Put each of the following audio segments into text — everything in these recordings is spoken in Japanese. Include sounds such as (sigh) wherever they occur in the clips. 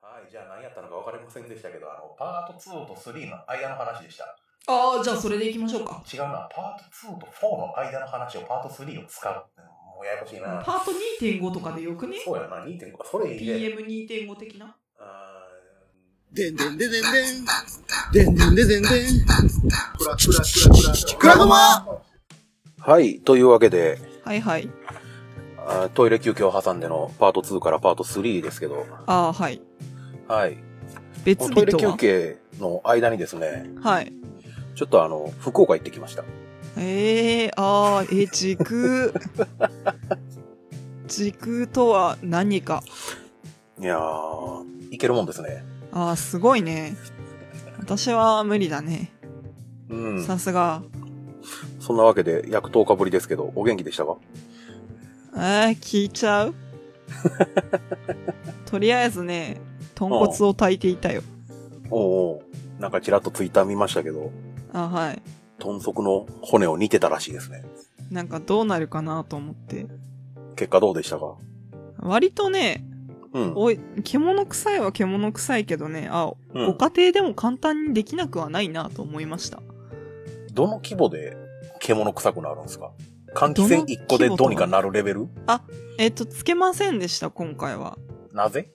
はい、じゃあ何やったのか分かりませんでしたけど、あの、パート2と3の間の話でした。ああ、じゃあそれでいきましょうか。違うな、パート2と4の間の話をパート3を使う。もうややこしいパな。ート2.5とかでよくねそうやな、2.5か、それいいね。 ?PM2.5 的な。あでんでんでんでんでん。でんでんでんでんでん。くらくらくらくら。くらごまーはい、というわけで、はいはい。あートイレ休憩を挟んでのパート2からパート3ですけど、ああ、はい。はい、別この日トイレと休は。憩の間にですね、はい。ちょっとあの、福岡行ってきました。ええー、ああ、えー、時空。 (laughs) 時空とは何か。いやー、行けるもんですね。ああ、すごいね。私は無理だね。うん。さすが。そんなわけで、約10日ぶりですけど、お元気でしたかえー、聞いち (laughs) ゃうとりあえずね、豚骨を炊いていたよ。おうおうなんかちらっとツイッター見ましたけど、あはい。豚足の骨を煮てたらしいですね。なんかどうなるかなと思って。結果どうでしたか割とね、うん。おい、獣臭いは獣臭いけどね、あ、うんご家庭でも簡単にできなくはないなと思いました。どの規模で獣臭くなるんですか換気扇1個でどうにかなるレベルえっと、つけませんでした、今回は。な (laughs) ぜ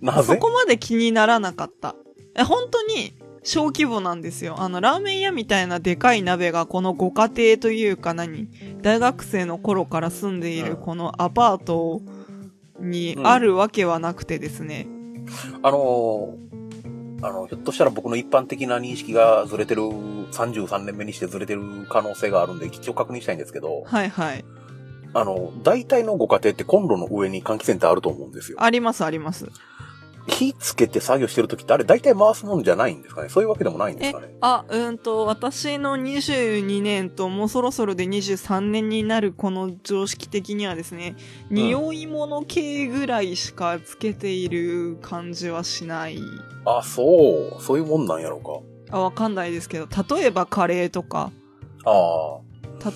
なそぜこまで気にならなかった。え、本当に、小規模なんですよ。あの、ラーメン屋みたいなでかい鍋が、このご家庭というか何、大学生の頃から住んでいうるんこのアパートにうんあるわけはなくてですね。あのーあの、ひょっとしたら僕の一般的な認識がずれてる、33年目にしてずれてる可能性があるんで、一応確認したいんですけど、はいはい。あの、大体のご家庭ってコンロの上に換気扇ってあると思うんですよ。ありますあります。火つけて作業してるときってあれ大体回すもんじゃないんですかねそういうわけでもないんですかねあ、うーんと、私の22年ともうそろそろで23年になるこの常識的にはですね、うん匂い物系ぐらいしかつけている感じはしない。あ、そう。そういうもんなんやろうあ、わかんないですけど、例えばカレーとか、か。ああ。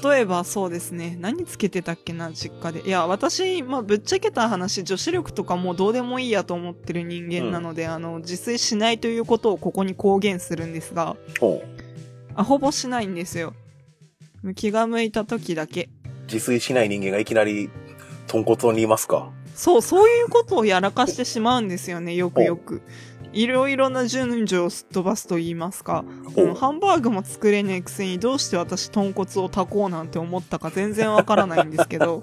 例えばそうですね、何つけてたっけな、実家で。いや、私、まあ、ぶっちゃけた話、女子力とかもうどうでもいいやと思ってる人間なので、あの、自炊しないということをここに公言するんですが、ほあ、ほぼしないんですよ。気が向いた時だけ。う。自炊しない人間がいきなり、豚骨を煮ますか。そう、そういうことをやらかしてしまうんですよね、よくよく。いろいろな順序をすっ飛ばすと言いますか、ほうんう。ハンバーグも作れねえくせにどうして私豚骨を炊こうなんて思ったか全然わからないんです (laughs) けど。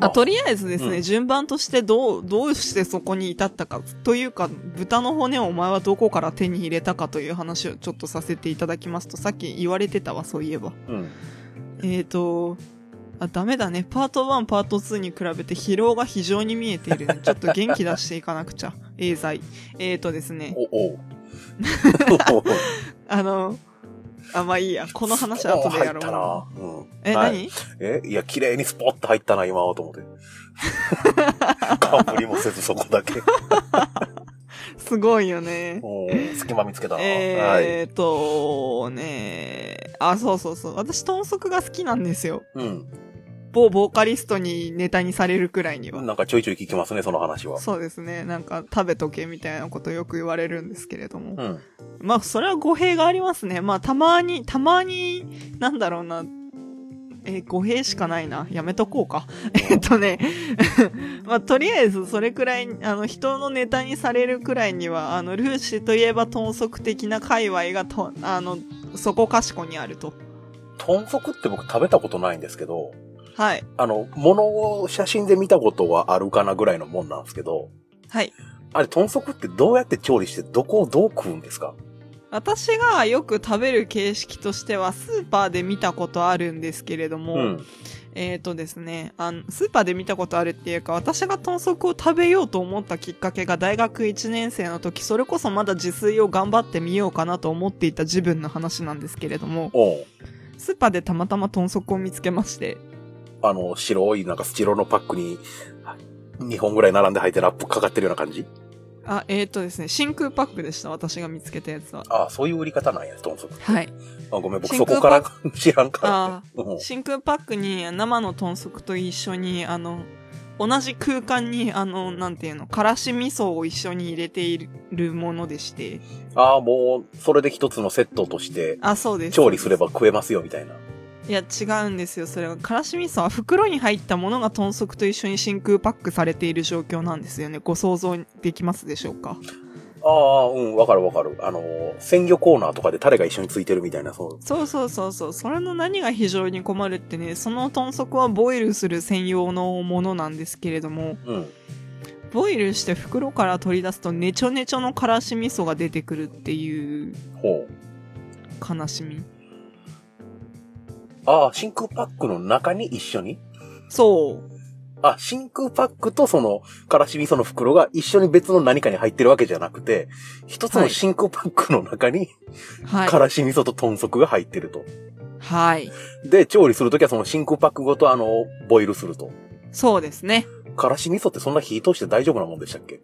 あとりあえずですね、うん順番としてどう、どうしてそこに至ったか、というか、豚の骨をお前はどこから手に入れたかという話をちょっとさせていただきますと、さっき言われてたわ、そういえば。うん。えーと、あ、ダメだね。パート1、パート2に比べて疲労が非常に見え (laughs) ているね。ちょっと元気出していかなくちゃ。エーザイ。えーとですね、お、おう。あの、あ、まあいいや。 (laughs) この話は後でやろスポーン入ったう。な。うん。え、はい何え、いや、綺麗にスポッと入ったな、今は、と思って。 (laughs) かぶりもせずそこだけ。すごいよね。 (laughs) おう隙間見つけたな。はい。えーと、ねあ、そうそうそう。私、豚足が好きなんですよ。うん。某ボーカリストにネタにされるくらいには。なんかちょいちょい聞きますね、その話は。そうですね。なんか、食べとけみたいなことよく言われるんですけれども。うん。 (laughs) まあ、それは語弊がありますね。まあ、たまに、たまに、なんだろうな。えー語弊しかないな。やめとこうか。 (laughs) えっとね。まあ、とりあえず、それくらい、あの、人のネタにされるくらいには、あの、ルーシーといえば豚足的な界隈がと、あの、そこかしこにあると。豚足って僕食べたことないんですけど、はい。あの、物を写真で見たことはあるかなぐらいのもんなんですけど、はい。あれ、豚足ってどうやって調理して、どこをどう食うんですか私がよく食べる形式としては、スーパーで見たことあるんですけれども、うん。えーとですね、あの、スーパーで見たことあるっていうか、私が豚足を食べようと思ったきっかけが大学1年生の時、それこそまだ自炊を頑張ってみようかなと思っていた自分の話なんですけれども、おうスーパーでたまたま豚足を見つけまして、あの、白い、なんかスチローのパックに、2本ぐらい並んで入ってラップかかってるような感じあ、えーとですね、真空パックでした、私が見つけたやつは。ああ、そういう売り方なんや、豚足。はい。あごめん、僕真そ空こから (laughs) 知らんから。あーうん真空パックに生の豚足と一緒に、あの、同じ空間に、あの、なんていうの、からし味噌を一緒に入れているものでして。ああ、もう、それで一つのセットとして、あ、そうです。調理すれば食えますよ、みたいな。いや、違うんですよ。それは、からし味噌は袋に入ったものが豚足と一緒に真空パックされている状況なんですよね。ご想像できますでしょうかああ、うん、わかるわかる。あのー、鮮魚コーナーとかでタレが一緒についてるみたいな、そう。そうそうそうそう。それの何が非常に困るってね、その豚足はボイルする専用のものなんですけれども、うん。ボイルして袋から取り出すとネチョネチョのからし味噌が出てくるっていうほう。悲しみ。ああ、真空パックの中に一緒にそう。あ、真空パックとその、からし味噌の袋が一緒に別の何かに入ってるわけじゃなくて、一つはのい真空パックの中に、はいか。らし味噌と豚足が入ってると。はい。で、調理するときはその真空パックごとあの、ボイルすると。そうですね。からし味噌ってそんな火通して大丈夫なもんでしたっけ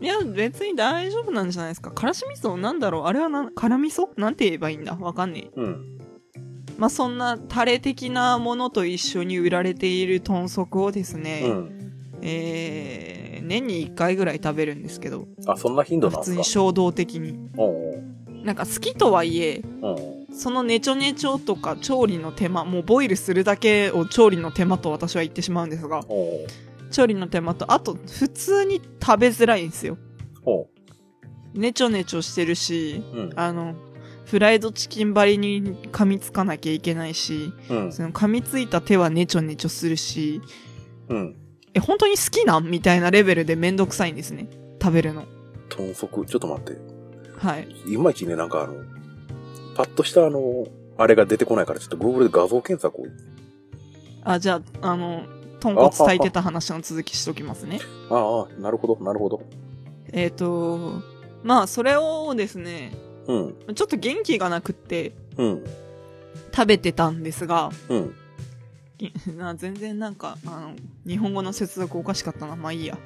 いや、別に大丈夫なんじゃないですか。からし味噌なんだろうあれはな、辛味噌なんて言えばいいんだわかんねえ。うん。まあ、そんなタレ的なものと一緒に売られている豚足をですね、うん。えー、年に1回ぐらい食べるんですけど、あ、そんな頻度なん普す通かに衝動的に。うんなんか好きとはいえ、うん。うん。そのネチョネチョとか調理の手間、もうボイルするだけを調理の手間と私は言ってしまうんですが、うん。調理の手間と、あと普通に食べづらいんですよ。ほネチョネチョしてるし、う。うん。あの、フライドチキンばりに噛みつかなきゃいけないし、うん。その噛みついた手はネチョネチョするし、うん。え、本当に好きなんみたいなレベルでめんどくさいんですね。食べるの。豚足、ちょっと待って。はい。いまいちね、なんかあの、パッとしたあの、あれが出てこないから、ちょっと Google で画像検索を。あ、じゃあ、あの、豚骨炊いてた話の続きしときますね。ああ、なるほど、なるほど。えっ、と、まあ、それをですね、うん、ちょっと元気がなくってうん、食べてたんですが、うん。ぎ (laughs) な全然なんか、あの、日本語の接続おかしかったな。まあいいや。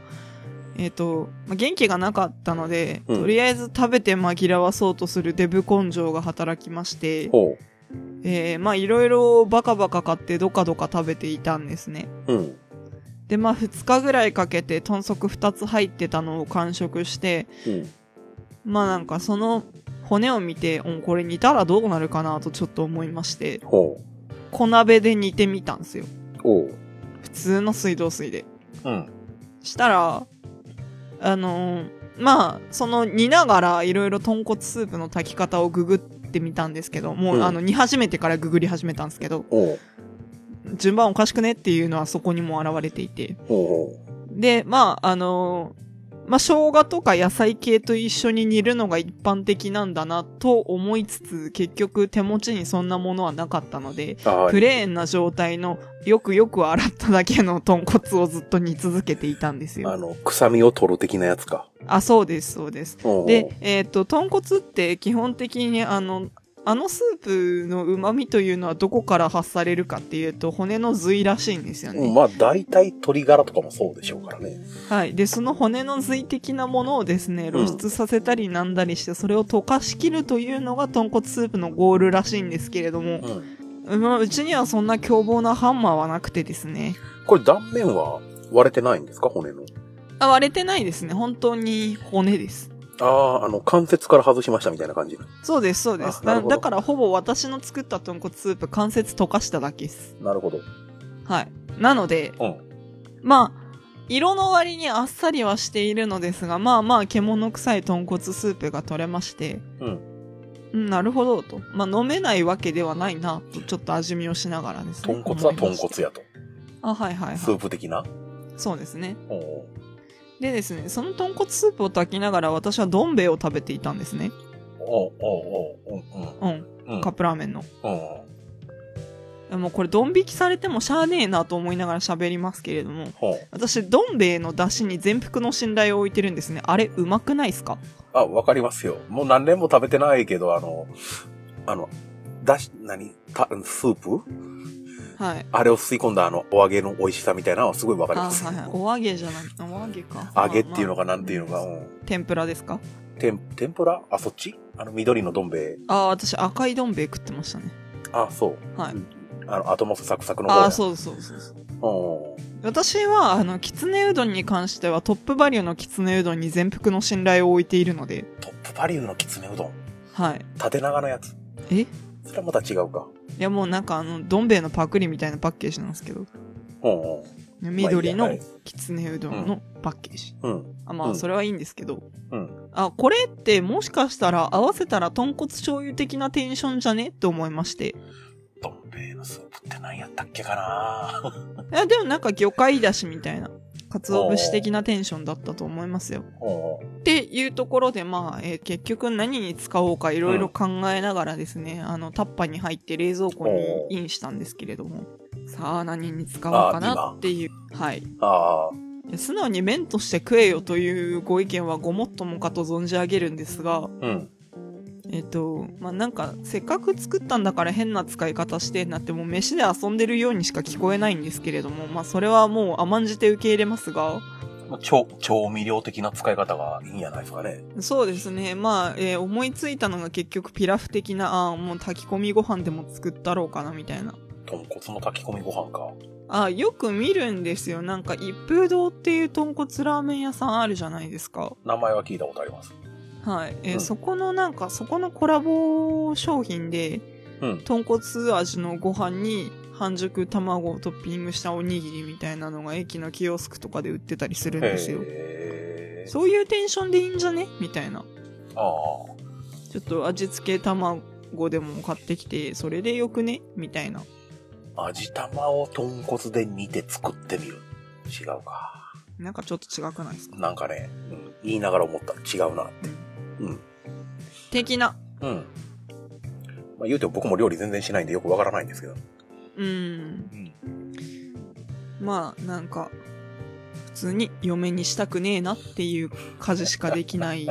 えっ、と、まあ、元気がなかったので、うんとりあえず食べて紛らわそうとするデブ根性が働きまして、ほえー、まあいろいろバカバカ買ってどかどか食べていたんですね。う。うん、で、まあ2日ぐらいかけて豚足2つ入ってたのを完食して、うん、まあなんかその骨を見て、うん、これ煮たらどうなるかなとちょっと思いまして、ほ小鍋で煮てみたんですよ。う。おう。普通の水道水で。うん、したら、あのーまあ、その煮ながらいろいろ豚骨スープの炊き方をググってみたんですけど、もう、うんあの煮始めてからググり始めたんですけど、おう。順番おかしくねっていうのはそこにも現れていて。おう、で、まあ、あのーまあ、生姜とか野菜系と一緒に煮るのが一般的なんだなと思いつつ、結局手持ちにそんなものはなかったので、ああプ、レーンな状態のよくよく洗っただけの豚骨をずっと煮続けていたんですあよ。の、臭みを取る的なやつか。あ、そうです、そうです。おうで、えっ、と、豚骨って基本的にあの、あのスープの旨味というのはどこから発されるかっていうと、骨の髄らしいんですよね。うんまあ、大体鶏ガラとかもそうでしょうからね。はい。で、その骨の髄的なものをですね、露出させたりなんだりして、それを溶かしきるというのが豚骨スープのゴールらしいんですけれども、うん。まあ、うちにはそんな凶暴なハンマーはなくてですね。これ断面は割れてないんですか骨の。あ割れてないですね。本当に骨です。ああ、あの、関節から外しましたみたいな感じ。そうです、そうです。あなるほだどだからほぼ私の作った豚骨スープ、関節溶かしただけです。なるほど。はい。なので、うん。まあ、色の割にあっさりはしているのですが、まあまあ、獣臭い豚骨スープが取れまして、うん。うん、なるほどと。まあ、飲めないわけではないな、と、ちょっと味見をしながらですね。豚骨は思いま豚した骨やと。あ、はいはいスはーい。プ的な。そうですね。おうでですね、その豚骨スープを炊きながら私はどん兵衛を食べていたんですね。おうおうおううんうん。うん。うん。カップラーメンの。うん。もうこれ、ドン引きされてもしゃあねえなと思いながら喋りますけれども、ほう。私、どん兵衛の出汁に全幅の信頼を置いてるんですね。あれ、うまくないっすかあ、わかりますよ。もう何年も食べてないけど、あの、あの、だし、何たスープはい。あれを吸い込んだあの、お揚げの美味しさみたいなのはすごいわかりあ、ます。はいはい。お揚げじゃない。お揚げか。 (laughs) 揚げっていうのが。かなんていうのか、うん。天ぷらですか天、天ぷらあ、そっちあの、緑のどん兵衛。あ、私、赤いどん兵衛食ってましたね。あ、そう。はい。あの、後のせサクサクの方あやあ、そうそうそうそう。う私は、あの、きつねうどんに関してはトップバリューのきつねうどんに全幅の信頼を置いているので、トップバリューのきつねうどん。はい。縦長のやつ。えいそれはまた違うか。やもうなんかあの、どん兵衛のパクリみたいなパッケージなんですけど、うん緑はのいきつねうどんのパッケージ。うん。うん。あまうあ、んそれはいいんですけど。うんあ、これってもしかしたら合わせたら豚骨醤油的なテンションじゃねと思いまして。どん兵衛のスープって何やったっけかないや、でもなんか魚介だしみたいな、鰹節的なテンションだったと思いますよ。うんうん。っていうところで、まあ、えー結局何に使おうかいろいろ考えながらですね、あの、タッパに入って冷蔵庫にインしたんですけれども、さあ何に使おうかあな今っていう、はい。ああ、素直に麺として食えよというご意見はごもっともかと存じ上げるんですが、うん。えっ、と、まあなんか、せっかく作ったんだから変な使い方してなって、もう飯で遊んでるようにしか聞こえないんですけれども、まあそれはもう甘んじて受け入れますが、まあ調調味料的な使い方がいいんじゃないですかね。そうですね。まあ、えー思いついたのが結局ピラフ的な、あーもう炊き込みご飯でも作ったろうかな、みたいな。豚骨の炊き込みご飯か。あーよく見るんですよ。なんか、一風堂っていう豚骨ラーメン屋さんあるじゃないですか。名前は聞いたことあります。はい。えーうんそこのなんか、そこのコラボ商品で、うん。豚骨味のご飯に半熟卵をトッピングしたおにぎりみたいなのが駅のキオスクとかで売ってたりするんですよ。へえ。そういうテンションでいいんじゃねみたいな。ああ。ちょっと味付け卵でも買ってきて、それでよくねみたいな。味玉を豚骨で煮て作ってみる。違うか。なんかちょっと違くないですかなんかね、うん、言いながら思った。違うな。的な。うん。まあ、言うても僕も料理全然しないんでよくわからないんですけど。うん。うん。まあ、なんか、普通に嫁にしたくねえなっていう家事しかできない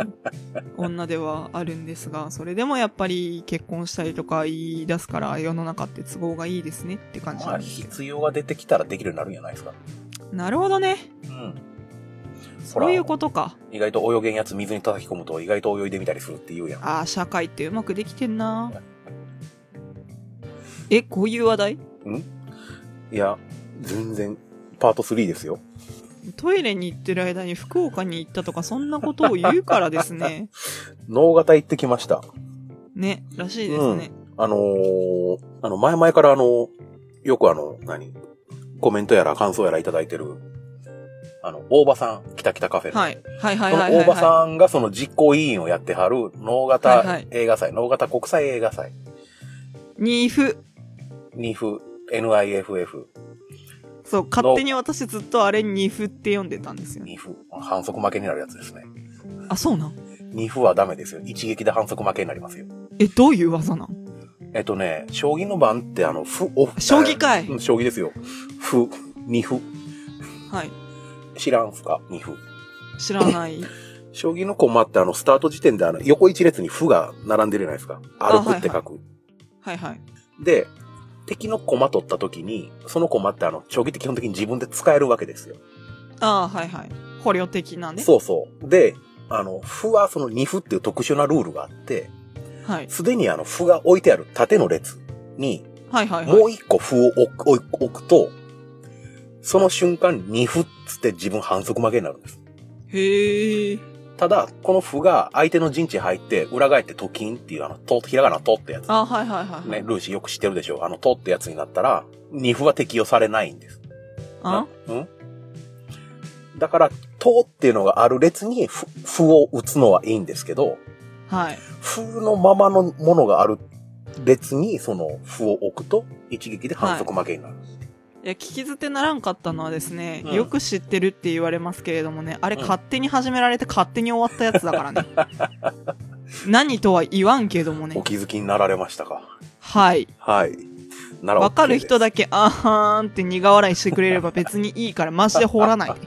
女ではあるんですが、それでもやっぱり結婚したりとか言い出すから世の中って都合がいいですねって感じまなあ、んですけど。必要が出てきたらできるようになるんじゃないですか。なるほどね。うん。そういうことか。意外と泳げんやつ水に叩き込むと意外と泳いでみたりするって言うやん。ああ、社会ってうまくできてんな。え、こういう話題いや、全然、パート3ですよ。トイレに行ってる間に福岡に行ったとかそんなことを言うからですね。脳型行ってきました。ね、らしいですね。あのー、あの、前々からあのー、よくあの、何コメントやら感想やらいただいてる、あの、大場さん、きたきたカフェの。はい。はいはそいのはいは大い、場はさんがその実行委員をやってはる、能はいは型い映画祭、能型国際映画祭、い。ニーフ。 NIF、NIFF、そう、勝手に私ずっとあれニーフって読んでたんですよね。 NIF、反則負けになるやつですね。あ、そうなん NIF はダメですよ。一撃で反則負けになりますよ。え、どういう技なんえっとね、将棋の番ってあの、ふ、オフ。将棋かいうん将棋ですよ。ふ、NIF。はい。知らんすか ?NIF。知らない。将棋の駒ってあの、スタート時点であの、横一列に歩が並んでるじゃないですか。あ歩くって書く。はいはい。で、敵の駒取った時に、その駒ってあの、将棋って基本的に自分で使えるわけですよ。ああ、はいはい。捕虜的なね。そうそう。で、あの、歩はその二歩っていう特殊なルールがあって、はい。すでにあの、歩が置いてある縦の列に、はいはいはい。もう一個歩を置く置く置くと、その瞬間二歩っつって自分反則負けになるんです。へえ。ただ、この歩が相手の陣地入って、裏返ってと金っていうあの、と、ひらがなとってやつ。ああ、はいはいはい。ね、ルーシーよく知ってるでしょ。あの、とってやつになったら、二歩は適用されないんです。あなうんだから、とっていうのがある列に、ふ歩を打つのはいいんですけど、はい。風のままのものがある列にその歩を置くと一撃で反則負けになる。いや、聞き捨てならんかったのはですね、うんよく知ってるって言われますけれどもね、あれうん勝手に始められて (laughs) 勝手に終わったやつだか (laughs) らね。何とは言わんけどもねお。気づきになられましたかはい。はい。ならわかる人だ。だけ、あはーんって苦笑いしてくれれば別にいいから、マジで掘らないで。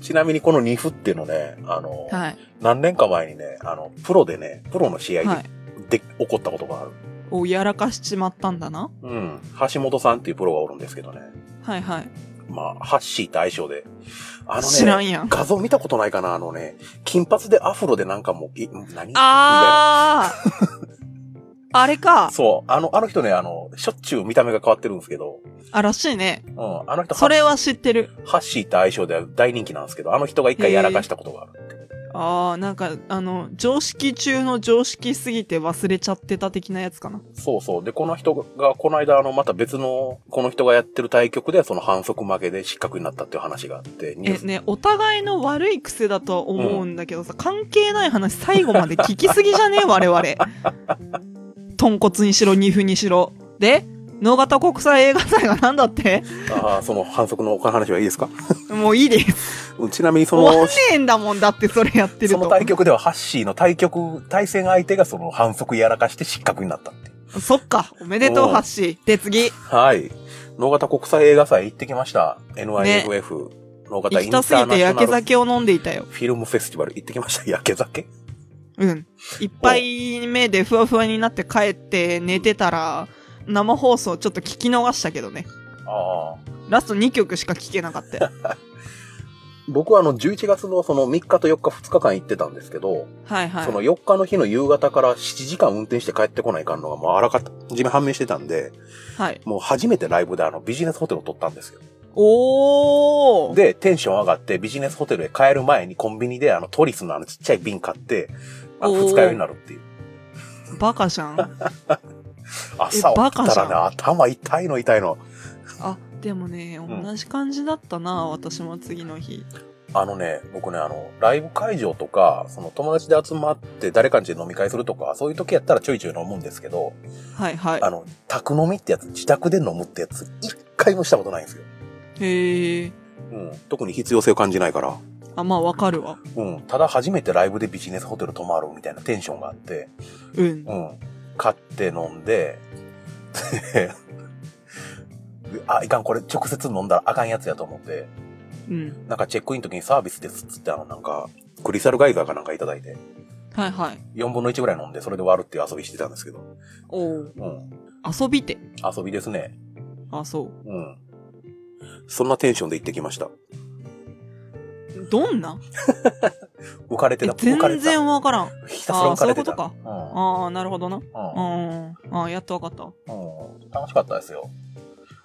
ちなみにこの二歩っていうのね、あの、はい。何年か前にね、あの、プロでね、プロの試合で、はい。で起こったことがある。お、やらかしちまったんだな。うん。橋本さんっていうプロがおるんですけどね。はいはい。まあ、ハッシーって愛称で。あのね、知らんやん。画像見たこと (laughs) ないかなあのね、金髪でアフロでなんかもう、い何みたいなああれか。そう、あの、あの人ね、あの、しょっちゅう見た目が変わってるんですけど、あ、らしいね。うん、あの人、それは知ってる。ハッシーって愛称で大人気なんですけど、あの人が一回やらかしたことがある。ああ、なんか、あの、常識中の常識すぎて忘れちゃってた的なやつかな。そうそう。で、この人が、この間、あの、また別の、この人がやってる対局で、その反則負けで失格になったっていう話があって、ニュえー、ス、ね、お互いの悪い癖だとは思うんだけどさ、関係ない話最後まで聞きすぎじゃねえ (laughs) 我々。豚骨にしろ、二分にしろ。で、野方国際映画祭がなん (laughs) だってああ、その反則のお金の話はいいですかもういいです。うんちなみにそ終わのんね、えんだもんだって、それやってるそのと。対局ではハッシーの対局、対戦相手がその反則やらかして失格になったっていう。そっか、おめでとう、おうハッシー。で、次。はい。能形国際映画祭行ってきました。NIFF。能形行イきンタたーすぎナてショ焼けナル酒を飲んでいたよ。フィルムフェスティバル行ってきました。焼け酒うん。いっぱい目でふわふわになって帰って寝てたら、生放送ちょっと聞き逃したけどね。ああ。ラスト2曲しか聞けなかった (laughs) よ。僕はあの、11月のその3日と4日2日間行ってたんですけど、はいはい。その4日の日の夕方から7時間運転して帰ってこないかんのがもうあらかじめ判明してたんで、はい。もう初めてライブであのビジネスホテルを取ったんですよ。おーで、テンション上がってビジネスホテルへ帰る前にコンビニであのトリスのあのちっちゃい瓶買って、あのおー二日酔いになるっていう。バカじゃん。朝起バきカたじゃらんね、頭痛いの痛いの。あ、でもね、ん同じ感じだったな、私も次の日。あのね、僕ね、あの、ライブ会場とか、その友達で集まって誰かんちで飲み会するとか、そういう時やったらちょいちょい飲むんですけど、はいはあの、宅飲みってやつ、自宅で飲むってやつ、一回もしたことないんですよ。い。へえ。うん。特に必要性を感じないから。あ、まあわかるわ。うん。ただ初めてライブでビジネスホテル泊まるみたいなテンションがあって、うん。うん。買って飲んで、であ、いかん、これ直接飲んだらあかんやつやと思って、うん。なんかチェックインの時にサービスですっつって、あの、なんか、クリスタルガイザーかなんかいただいて、はいはい。 4分の1ぐらい飲んで、それで割るっていう遊びしてたんですけど、おーうん。遊びて。遊びですね。あ、そう。うん。そんなテンションで行ってきました。どんな浮かれてえた、浮かれ全てた。然わからん。ひたすら浮かれてた。あーそういううんああ、なるほどな。うんうん。ああ、やっとわかった。うん、楽しかったですよ。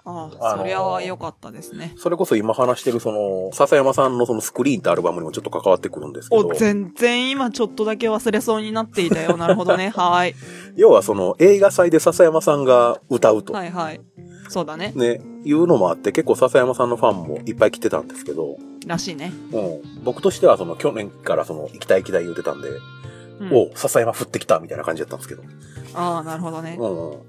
あああ、のーそりゃは良かったですね。それこそ今話してるその、笹山さんのそのスクリーンってアルバムにもちょっと関わってくるんですけどお、、全然今ちょっとだけ忘れそうになっていたよ。なるほど (laughs) ね。はーい。要はその映画祭で笹山さんが歌うと、はいはい。そうだね。ね、いうのもあって結構笹山さんのファンもいっぱい来てたんですけど、らしいね。うん、僕としてはその去年からその行きたい行きたい言うてたんで、うん、お笹山降ってきたみたいな感じだったんですけど、ああ、なるほどね。うんうん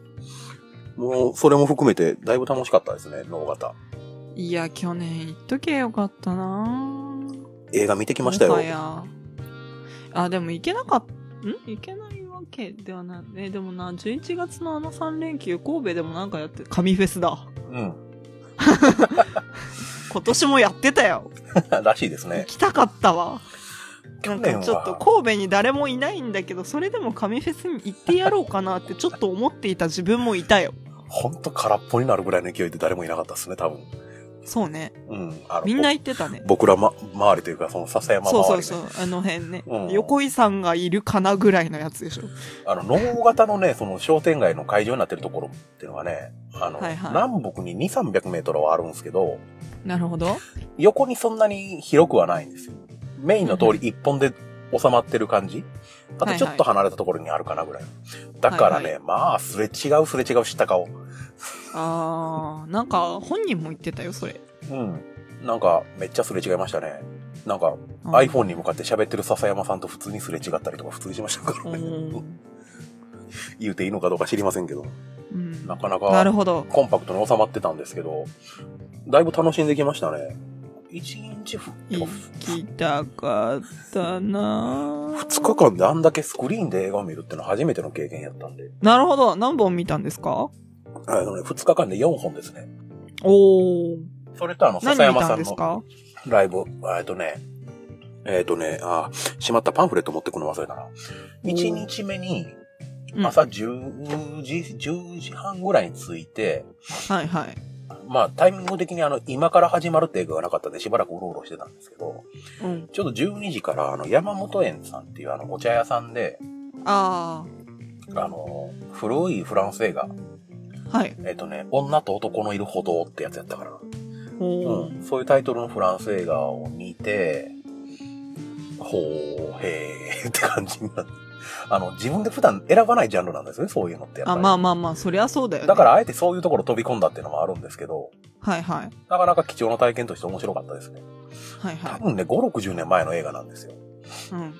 もうそれも含めてだいぶ楽しかったですね、能型。いや、去年行っときゃよかったな映画見てきましたよもは。や。あ、でも行けなかった。ん行けないわけではない。え、でもな、11月のあの3連休、神戸でもなんかやって、神フェスだ。うん。 (laughs) 今年もやってたよ。らしいです行ね。きたかったわ。な去ん年かはちょっと神戸に誰もいないんだけど、それでも神フェスに行ってやろうかなってちょっと思っていた自分もいたよ。ほんと空っぽになるぐらいの勢いで誰もいなかったですね、多分。そうね。うん。あのみんな行ってたね。僕ら、ま、周りというか、その笹山周そり、うね。そうそう。あの辺ね。うん横井さんがいるかなぐらいのやつでしょ。あの、能型のね、その商店街の会場になってるところっていうのはね、あの、はいはい南北に2、300メートルはあるんですけど、なるほど。横にそんなに広くはないんですよ。メインの通り一本で収まってる感じ。あとちょっと離れたところにあるかなぐらい。だからね、はいまあ、すれ違うすれ違う知った顔。あー、なんか本人も言ってたよ、それ。うん。なんか、めっちゃすれ違いましたね。なんか、うん iPhone に向かって喋ってる笹山さんと普通にすれ違ったりとか普通にしましたからうね。ん。 (laughs) 言うていいのかどうか知りませんけど。うんなかななるかほど。コンパクトに収まってたんですけど、だいぶ楽しんできましたね。1日ふ行きたかったなぁ2日間であんだけスクリーンで映画を見るってのは初めての経験やったんで、なるほど。何本見たんですかあのね、2日間で4本ですね。おー。それとあの、笹何山見たさんんですのかライブ、えっとね、えっ、とね、あ、しまったパンフレット持ってくの忘れたな。1日目にうん朝10時、10時半ぐらいに着いて、はいはい。まあタイミング的にあの、今から始まるって映画がなかったんでしばらくうろうろしてたんですけど、うん。ちょうど12時から、あの、山本園さんっていうあの、お茶屋さんで、ああの、古いフランス映画、はい。えっ、とね、女と男のいる歩道ってやつやったから、おうん、そういうタイトルのフランス映画を見て、ほう、へーって感じになって。あの、自分で普段選ばないジャンルなんですよね、そういうのってやっぱあ、り。まあまあまあ、そりゃそうだよね。だからあえてそういうところ飛び込んだっていうのもあるんですけど、はいはい。なかなか貴重な体験として面白かったですね。はい多は分ね、5、60年前の映画なんですよ。い。うん。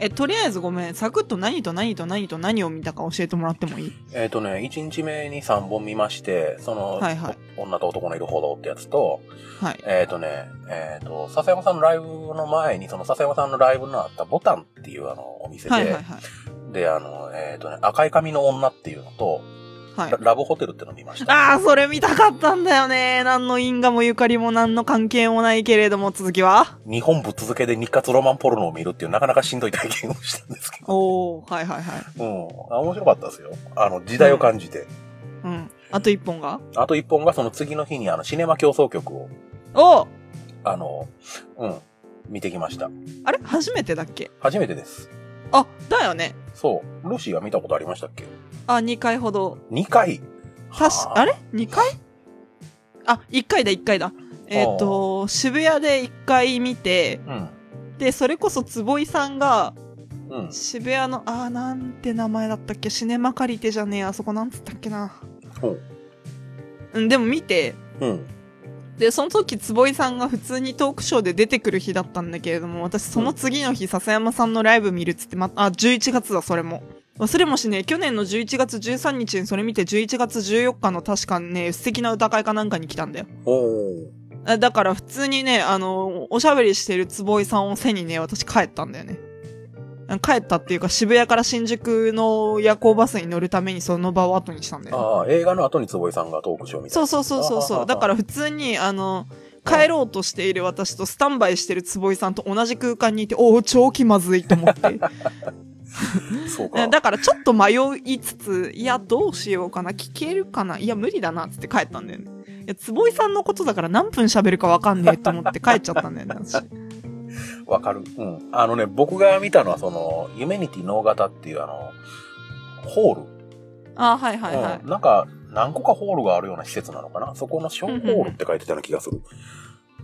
え、とりあえずごめん。サクッと何と何と何と何を見たか教えてもらってもいいえっ、とね、1日目に3本見まして、その、はいはい女と男のいる報道ってやつと、はい。えっ、とね、えっ、と、笹山さんのライブの前に、その笹山さんのライブのあったボタンっていうあの、お店で、はいはいはい。で、あの、えっ、とね、赤い髪の女っていうのと、はいラ。ラブホテルっての見 (laughs) ました。ああ、それ見たかったんだよね。何の因果もゆかりも何の関係もないけれども、続きは日本ぶっ続けで日活ロマンポルノを見るっていうなかなかしんどい体験をしたんです (laughs) けど。おおはいはいはい。うん。あ面白かったですよ。あの、時代を感じて。うん。あと一本があと一本がその次の日にあの、シネマ競争曲を、おーあの、うん、見てきました。あれ初めてだっけ初めてです。あ、だよね。そう。ルーシーは見たことありましたっけあ、2回ほど。 2回。たし、はああれ ?2 回あ、1回だ、1回だ。えっ、と、渋谷で1回見て、うん。で、それこそ坪井さんが、うん。渋谷の、あー、なんて名前だったっけシネマ借りてじゃねえ、あそこなんつったっけな。ほう。うん、でも見て、うん。で、その時、坪井さんが普通にトークショーで出てくる日だったんだけれども、私、その次の日、笹山さんのライブ見るっつって、ま、あ、11月だ、それも。忘れもしねえ、去年の11月13日にそれ見て、11月14日の確かね、素敵な歌会かなんかに来たんだよ。おー。あだから、普通にね、あの、おしゃべりしてる坪井さんを背にね、私帰ったんだよね。あ帰ったっていうか、渋谷から新宿の夜行バスに乗るためにその場を後にしたんだよね。ああ、映画の後に坪井さんがトークショーみたいそうな。そうそうそうあはそはう。だから普通に、あの、帰ろうとしている私とスタンバイしてる坪井さんと同じ空間にいて、おお、超気まずいと (laughs) 思って。そう。そうか。だからちょっと迷いつつ、いや、どうしようかな、聞けるかな、いや、無理だな、つって帰ったんだよね。いや、坪井さんのことだから何分喋るかわかんねえと思って帰っちゃったんだよね、私。わかる。うん。あのね、僕が見たのは、その、ユメニティ脳型っていう、あの、ホール。あ、はいはいはい。うん。なんか、何個かホールがあるような施設なのかな。そこの小ホールって書いてたような気がする。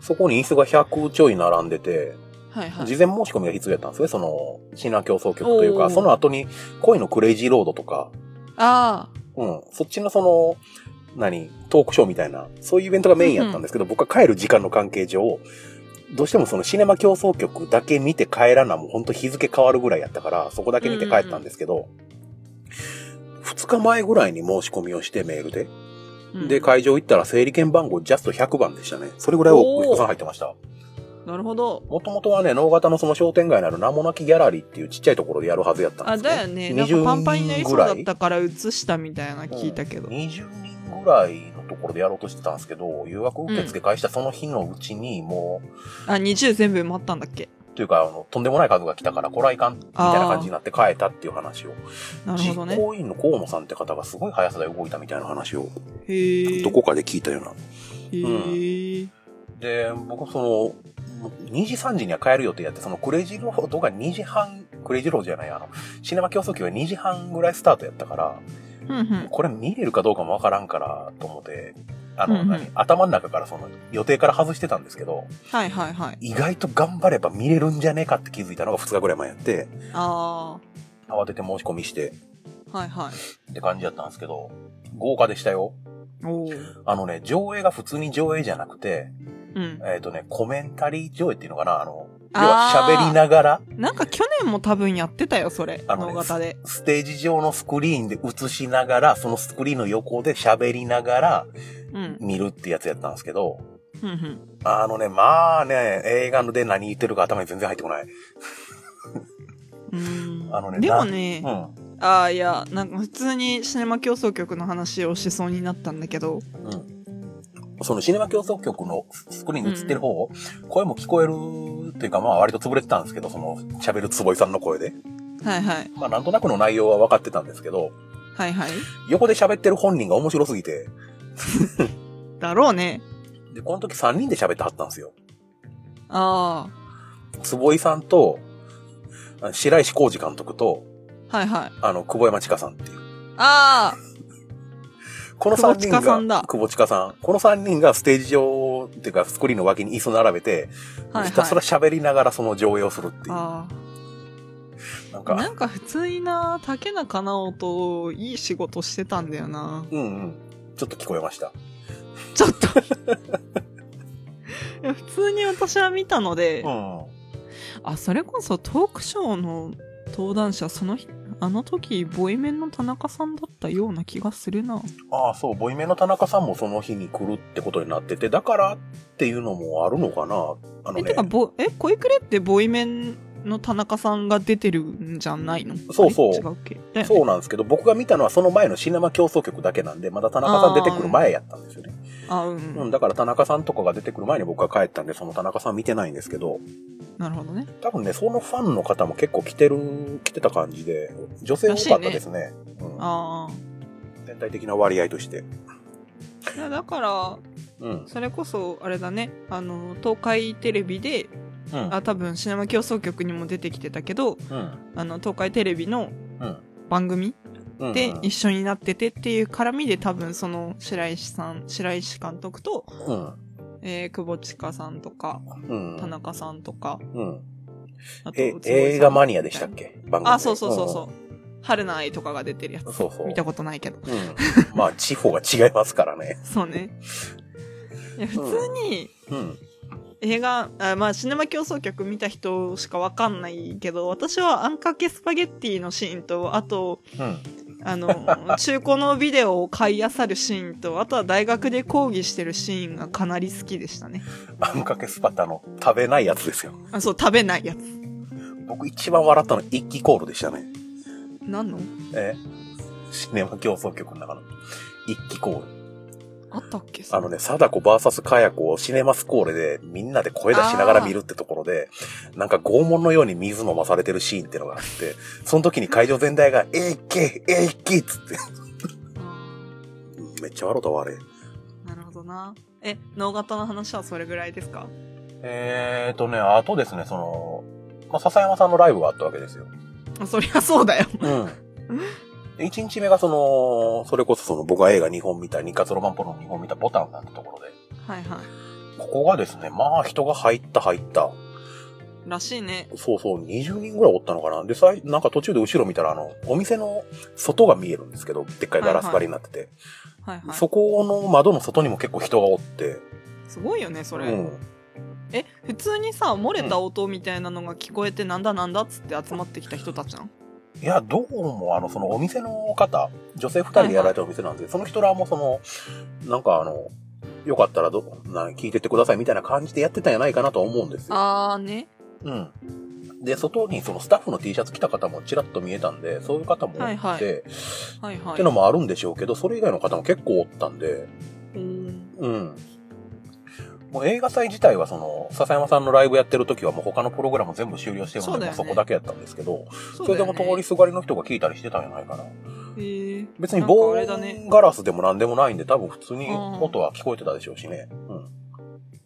そこに椅子が100ちょい並んでて、はいはい。事前申し込みが必要やったんですね。その、シナ競争曲というおか、ーその後に、恋のクレイジーロードとか、あうん。そっちのその、何、トークショーみたいな、そういうイベントがメインやったんですけど、僕は帰る時間の関係上、どうしてもそのシネマ競争曲だけ見て帰らな、もうほんと日付変わるぐらいやったから、そこだけ見て帰ったんですけど、2日前ぐらいに申し込みをしてメールで。あ。で、会場行ったら整理券番号ジャスト100番でしたね。それぐらいおおーお子さん入ってました。なるほど。もともとはね、能型のその商店街のある名もなきギャラリーっていうちっちゃいところでやるはずやったんあ、ですけど、だよね。なんかパンパンになりそうだったから移したみたいな聞いたけど。 20人ぐらいのところでやろうとしてたんですけど、予約受付開始したその日のうちに、もう、あ、20全部埋まったんだっけというか、あの、とんでもない数が来たから、こらいかん、みたいな感じになって変えたっていう話を。なる実ほどね。行委員の河野さんって方がすごい速さで動いたみたいな話を、へーどこかで聞いたような。へーで、僕その、2時3時には帰る予定やって、そのクレイジーロードが2時半、クレイジーロードじゃない、あの、シネマ競争機は2時半ぐらいスタートやったから、うんうんこれ見れるかどうかもわからんから、と思って、あの、うんうん何頭の中からその予定から外してたんですけど、はいはいはい。意外と頑張れば見れるんじゃねえかって気づいたのが2日ぐらい前やって、あ慌てて申し込みしてあ、はいはい。って感じやったんですけど、豪華でしたよ。おお。あのね、上映が普通に上映じゃなくて、うん。えっ、とね、コメンタリー上映っていうのかなあの、要はあー喋りながら、なんか去年も多分やってたよ、それ。あのね能型で。ステージ上のスクリーンで映しながら、そのスクリーンの横で喋りながらうん。見るってやつやったんですけど、うんうん。あのね、まあね、映画ので何言ってるか頭に全然入ってこない。うーんあのねでもね、ん。ああ、いや、なんか普通にシネマ競争曲の話をしそうになったんだけど、うん。そのシネマ競争局のスクリーンに映ってる方、声も聞こえるというか、まあ割と潰れてたんですけど、その喋る坪井さんの声で。はいはい。まあなんとなくの内容は分かってたんですけど、はいはい。横で喋ってる本人が面白すぎて、だろうね。で、この時3人で喋ってはったんですよ。あ坪井さんと、あ白石浩二監督と、あ、はいはい。あの、久保山千佳さんっていう。あこの久保3千人佳さんだが、久保千佳さん。この3人がステージ上、っていうかスクリーンの脇に椅子並べて、あ、はいひたすらはい。喋りながらその上映をするっていう。あなんあ。か、なんか普通にな、竹中直人、いい仕事してたんだよな。うんうん。ちょっと聞こえました。ちょ (laughs) っといや。普通に私は見たので、ん。あ、それこそトークショーの登壇者、その日、あの時、ボイメンの田中さんだったような気がするな。ああ、そう、ボイメンの田中さんもその日に来るってことになってて、だからっていうのもあるのかなあのえ、ねてか、。ボ、え、恋くれってボイメンの田中さんが出てるんじゃないのそうそうあれ違うっけだよねそうなんですけど、僕が見たのはその前のシネマ競争曲だけなんで、まだ田中さん出てくる前やったんですよね。あ、うん。うん、だから田中さんとかが出てくる前に僕は帰ったんで、その田中さん見てないんですけど、なるほどね。多分ね、そのファンの方も結構来てる、来てた感じで、女性多かったですね。うん、あ全体的な割合として。あ。いやだから、うん。それこそ、あれだね、あの、東海テレビで、うん。あ、多分、シネマ競争局にも出てきてたけど、うん。あの、東海テレビのうん番組うん。で一緒になっててっていう絡みで多分その白石さん、白石監督と、うん。えー、久保千佳さんとか、うん。田中さんとか、うん。あとえ、坪井さん映画マニアでしたっけ番組。あ、そうそうそうそう。春の愛とかが出てるやうん。つ。そうそう。見たことないけど。うん。まあ、地方が違いますからね。そう (laughs) ね。いや、普通にうん。映画、あまあ、シネマ競争曲見た人しかわかんないけど、私はあんかけスパゲッティのシーンと、あと、うん。あの、中古のビデオを買い漁るシーンと、あとは大学で講義してるシーンがかなり好きでしたね。あんかけスパタの食べないやつですよ。あ、そう、食べないやつ。僕一番笑ったの一気コールでしたね。何のえシネマ競争曲の中の。一気コール。あったっけあのね、貞子 VS カヤ子をシネマスコーレでみんなで声出しながら見るってところで、なんか拷問のように水飲まされてるシーンってのがあって、その時に会場全体が、えいけ、えいけっつって。あめっちゃ笑うたわ、あれ。ーなるほどな。え、脳型の話はそれぐらいですかえーとね、あとですね、その、まあ、笹山さんのライブがあったわけですよ。あそりゃそうだよ。うん。1日目がその、それこそその僕が映画2本見た、日活ロマンポロの2本見たボタンなんてところで、はいはここがですね、まあ人が入った入った。い。らしいね。そうそう、20人ぐらいおったのかな。で、さいなんか途中で後ろ見たら、あの、お店の外が見えるんですけど、でっかいガラス張りになってて、はいはい。そこの窓の外にも結構人がおって、すごいよね、そうれ。ん。え、普通にさ、漏れた音みたいなのが聞こえて、なんだなんだっつって集まってきた人たちなのいや、どうも、あの、そのお店の方、女性二人でやられたお店なんで、その人らもその、なんかあの、よかったらど、な聞いてってくださいみたいな感じでやってたんじゃないかなとは思うんですよ。あーね。うん。で、外にそのスタッフの T シャツ着た方もちらっと見えたんで、そういう方もおって、はいはいっはいはい。てのもあるんでしょうけど、それ以外の方も結構おったんで、うんうん。もう映画祭自体はその、笹山さんのライブやってる時はもう他のプログラム全部終了してるそのうだで、よもねうそこだけやったんですけど、そそうれだでよもね通りすがりの人が聞いたりしてたんじゃないかな。えー別になん棒かあれだねガラスでも何でもないんで、多分普通にうん音は聞こえてたでしょうしね。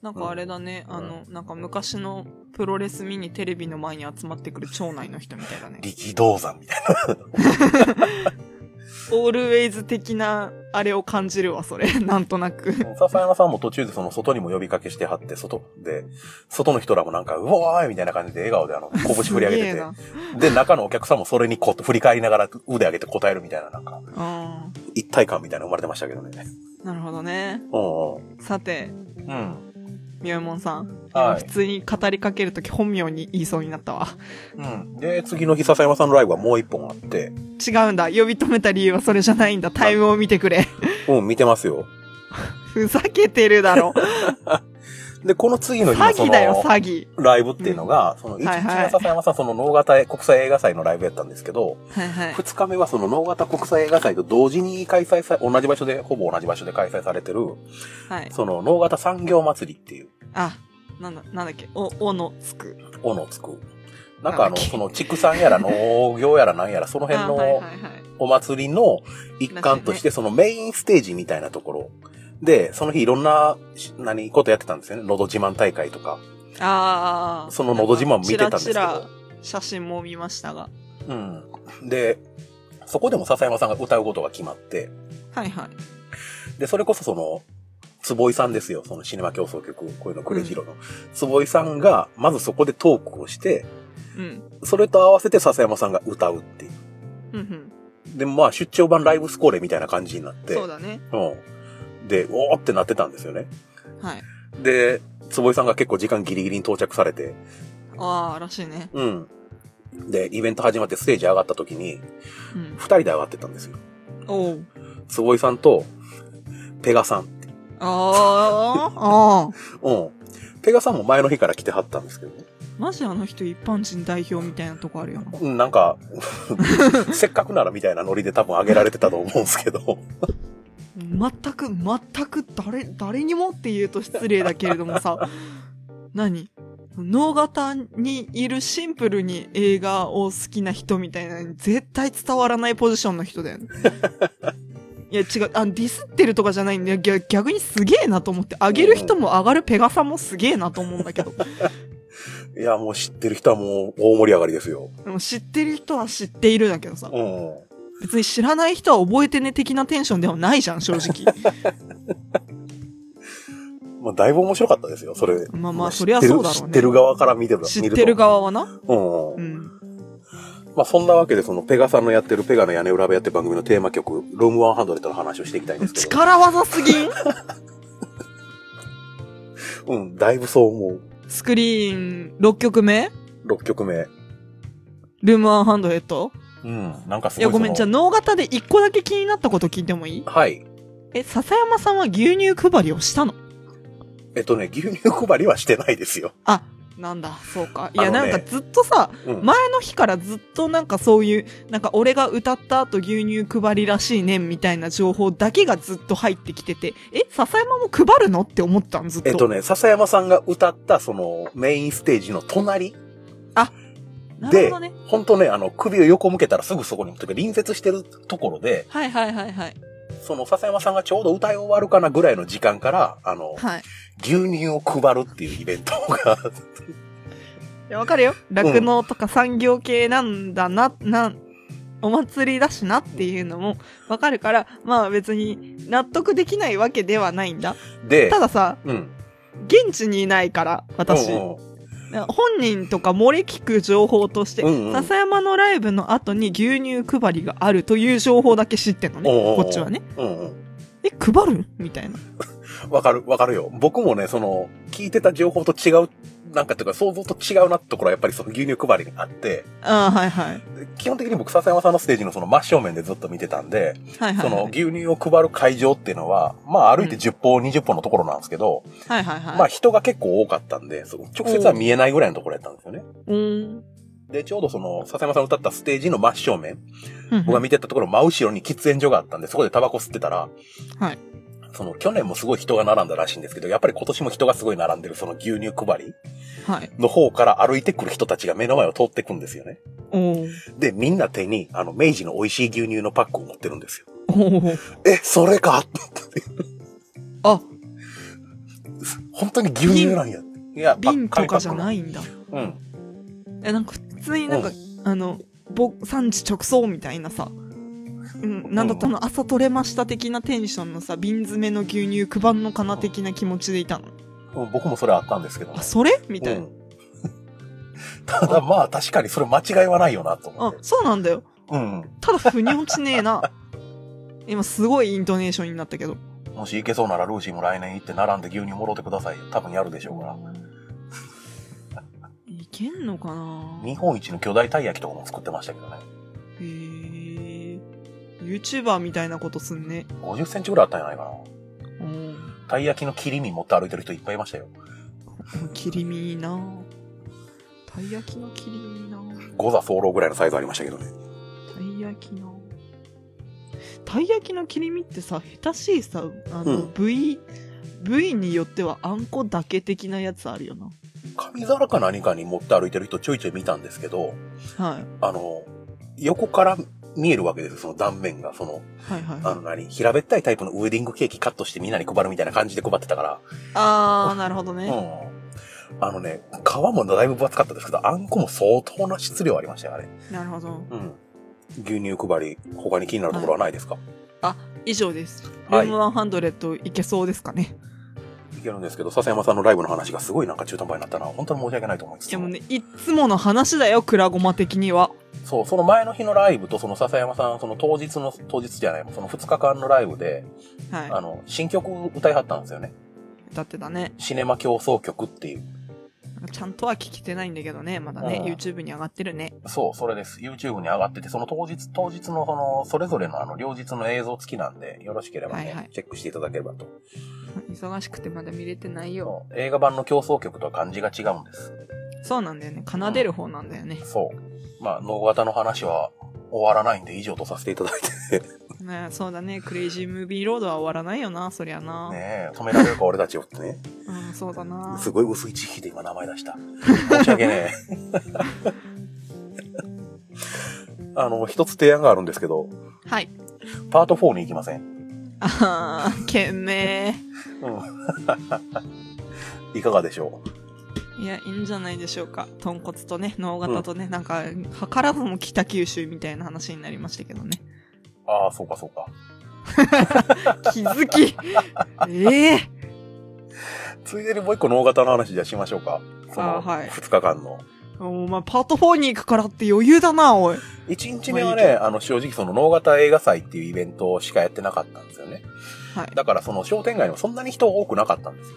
なんかあれだね、うんあの、なんか昔のプロレス見にテレビの前に集まってくる町内の人みたいだね。力道山みたいオールウェイズ的なあれを感じるわ、それ。 (laughs) なんとなく。な。笹山さんも途中でその外にも呼びかけしてはって、外で、外の人らもなんか、うわーいみたいな感じで笑顔であ (laughs) の、拳振り上げすてげえて。で、中のお客さんもそれにこう振り返りながら腕上げて答えるみたいな、なんか、な。一体感みたいなの生まれてましたけどね。うん。なるほどね。うんさて、うん。うん。みよもんさん。はい。普通に語りかけるとき本名に言いそうになったわ。うん。で、次の日、笹山さんのライブはもう一本あって、違うんだ。呼び止めた理由はそれじゃないんだ。タイムを見てくれ。うん、見てますよ。ふざけて (laughs) るだろ。で、この次の日も詐そ欺の、だよ、詐欺。ライブっていうのが、その1日はいはい目は笹山さん、その能型国際映画祭のライブやったんですけど、はいはい。 2日目はその能型国際映画祭と同時に開催さ、同じ場所で、ほぼ同じ場所で開催されてる、はい。その能型産業祭りっていう、あ、なんだ、なんだっけ。お、おのつく。斧をつく。なんかあなんの、だっけその畜産やら農業やらなんやら、その辺あはいはのいはい。お祭りの一環として、そのメインステージみたいなところ。で、その日いろんな、し何、ことやってたんですよね。のど自慢大会とか。ああ。そののど自慢見てたんですけどなんかちらちら写真も見ましたが。うん。で、そこでも笹山さんが歌うことが決まって、はいはい。で、それこそその、坪井さんですよ、そのシネマ競争曲、こういうのクレジロの。坪井さんが、まずそこでトークをして、うん。それと合わせて笹山さんが歌うっていう。うんうん。で、まあ、出張版ライブスコーレみたいな感じになって、そうだね。うん。で、おーってなってたんですよね。はい。で、坪井さんが結構時間ギリギリに到着されて、ああ、らしいね。うん。で、イベント始まってステージ上がった時に、うん。二人で上がってたんですよ。おう。坪坪井さんと、ペガさん。ああ、ああ。うん。ペガさんも前の日から来てはったんですけどね。マジあの人一般人代表みたいなとこあるよな。うん、なんか、 (laughs) せっかくならみたいなノリで多分上げられてたと思うんですけど。全く、全く、誰、誰にもって言うと失礼だけれどもさ、 (laughs) 何脳型にいるシンプルに映画を好きな人みたいなのに絶対伝わらないポジションの人だよね。いや違う、あディスってるとかじゃないんだよ。逆逆にすげえなと思って、上げる人も上がるペガさんもすげえなと思うんだけど。いや、もう知ってる人はもう大盛り上がりですよ。でも知ってる人は知っているだけどさ、うん。別に知らない人は覚えてね的なテンションではないじゃん、正直。まあ、だいぶ面白かったですよ、それ。まあまあ知そってりるゃそうだろうね知ってる側から見てる知ってる。側はな。見るとうん。うん。まあ、そんなわけで、その、ペガさんのやってるペガの屋根裏部屋って番組のテーマ曲、ロム100の話をしていきたいんですけど。力技すぎんうん、だいぶそう思う。スクリーン6曲目6曲目。ルーム1ハンドヘッドうん、なんかすいごいその。やごめん、じゃあ脳型で1個だけ気になったこと聞いてもいいはい。え、笹山さんは牛乳配りをしたのえっとね、牛乳配りはしてないですよ。あ、なんだ、そうか。いや、あのなねんかずっとさ、うん。前の日からずっとなんかそういう、なんか俺が歌った後牛乳配りらしいねんみたいな情報だけがずっと入ってきてて、え、笹山も配るのって思ってたのずっと。えっとね、笹山さんが歌った、その、メインステージの隣なるでほどね。、ほんとね、あの、首を横向けたらすぐそこに、というか隣接してるところで、はいはいはいはい。その、笹山さんがちょうど歌い終わるかなぐらいの時間から、あの、はい。牛乳を配るっていうイベントが、いや、わかるよ。酪農とか産業系なんだな、なん、お祭りだしなっていうのもわかるから、まあ別に納得できないわけではないんだ。でた、ださ、うん。現地にいないから、私。うんうん本人とか漏れ聞く情報として、うんうん笹山のライブの後に牛乳配りがあるという情報だけ知ってんのね、おうおうおうこっちはね。うんうん。え、配るみたいな。わかる、わかるよ。僕もね、その、聞いてた情報と違う、なんかというか、想像と違うなってところはやっぱりその牛乳配りにあって、ああ、はいはい。基本的に僕、笹山さんのステージのその真正面でずっと見てたんで、はいはい、 (laughs) そはのい。牛乳を配る会場っていうのは、まあ歩いて10歩、20歩のところなんですけど、はいはいはい。まあ人が結構多かったんで、その直接は見えないぐらいのところやったんですよね。うん。で、ちょうどその、笹山さんの歌ったステージの真正面、うん僕が見てたところ、真後ろに喫煙所があったんで、そこでタバコ吸ってたら、はい。その、去年もすごい人が並んだらしいんですけど、やっぱり今年も人がすごい並んでる、その牛乳配りはい。の方から歩いてくる人たちが目の前を通ってくんですよね。おうで、みんな手に、あの、明治の美味しい牛乳のパックを持ってるんですよ。おうえ、それかあ、本当に牛乳なんや。いや、。瓶とかじゃないいんだ。うん。え、なんか普通になんか、うあの、ぼ、産地直送みたいなさ、うん、なんだうんこの朝取れました的なテンションのさ、瓶詰めの牛乳配んのかな的な気持ちでいたの。うん僕もそれあったんですけど、ねあ、。それみたいな。うんただまあ確かにそれ間違いはないよなと思っあて、。そうなんだよ。うん。ただ、腑に落ちねえな。 (laughs) 今、すごいイントネーションになったけど。もし行けそうならルーシーも来年行って並んで牛乳もろてくださいよ。多分やるでしょうから。いけんのかな日本一の巨大たい焼きとかも作ってましたけどね。へえ。YouTuber みたいなことすんね。 50センチぐらいあったんじゃないかうん。な。たい焼きの切り身持って歩いてる人いっぱいいましたよ。切り身いいなたい焼きの切り身いいなゴザ早漏ぐらいのサイズありましたけどね。たい焼きのたい焼きの切り身ってさ下手しいさあうの、ん部位部位によってはあんこだけ的なやつあるよな紙皿か何かに持って歩いてる人ちょいちょい見たんですけど、はいあの、横から見えるわけですよ、その断面が。その、はいはいはあいの何、平べったいタイプのウェディングケーキカットしてみんなに配るみたいな感じで配ってたから、あーなるほどね、うん。あのね、皮もだいぶ分厚かったですけど、あんこも相当な質量ありましたよ、あれ。なるほど。うん。牛乳配り、他に気になるところはないですか、以上です。ルはいーム100いけそうですかね。い、けるんですけど、笹山さんのライブの話がすごいなんか中途半端になったな。本当に申し訳ないと思います。いやもうね、いつもの話だよ、クラゴマ的には。そう、その前の日のライブと、その笹山さん、その当日の、当日じゃない、その2日間のライブで、はい。あの、新曲歌いはったんですよね。だってだね。シネマ競争曲っていう。ちゃんとは聞けてないんだけどね、まだね、うん YouTube に上がってるね。そう、それです。YouTube に上がってて、その当日、当日のその、それぞれのあの、両日の映像付きなんで、よろしければね、はいはいチェックしていただければと。忙しくてまだ見れてないよ。そう映画版の競争曲とは漢字が違うんです。そうなんだよね。奏でる方なんだよね。そう。まあ、脳型の話は終わらないんで以上とさせていただいて。 (laughs) ねねそうだね。クレイジームービーロードは終わらないよな、そりゃな。え、止められるか俺たちよってね。うん、そうだな。すごい薄い知識で今名前出した。申し訳ねえ。 (laughs) あの、一つ提案があるんですけど、はい。パート4に行きません。あー、懸命。 (laughs) うん。いかがでしょういや、いいんじゃないでしょうか。豚骨とね、脳型とね、なんか、図らずも北九州みたいな話になりましたけどね。ああ、そうかそうか。気づ (laughs) きええついでにもう一個脳型の話じゃあしましょうか。そあの、はい二日間の。お前、パート4に行くからって余裕だな、おい。一日目まはあいいけね、あの、正直その脳型映画祭っていうイベントしかやってなかったんですよね。はい。だからその商店街にもそんなに人多くなかったんですよ。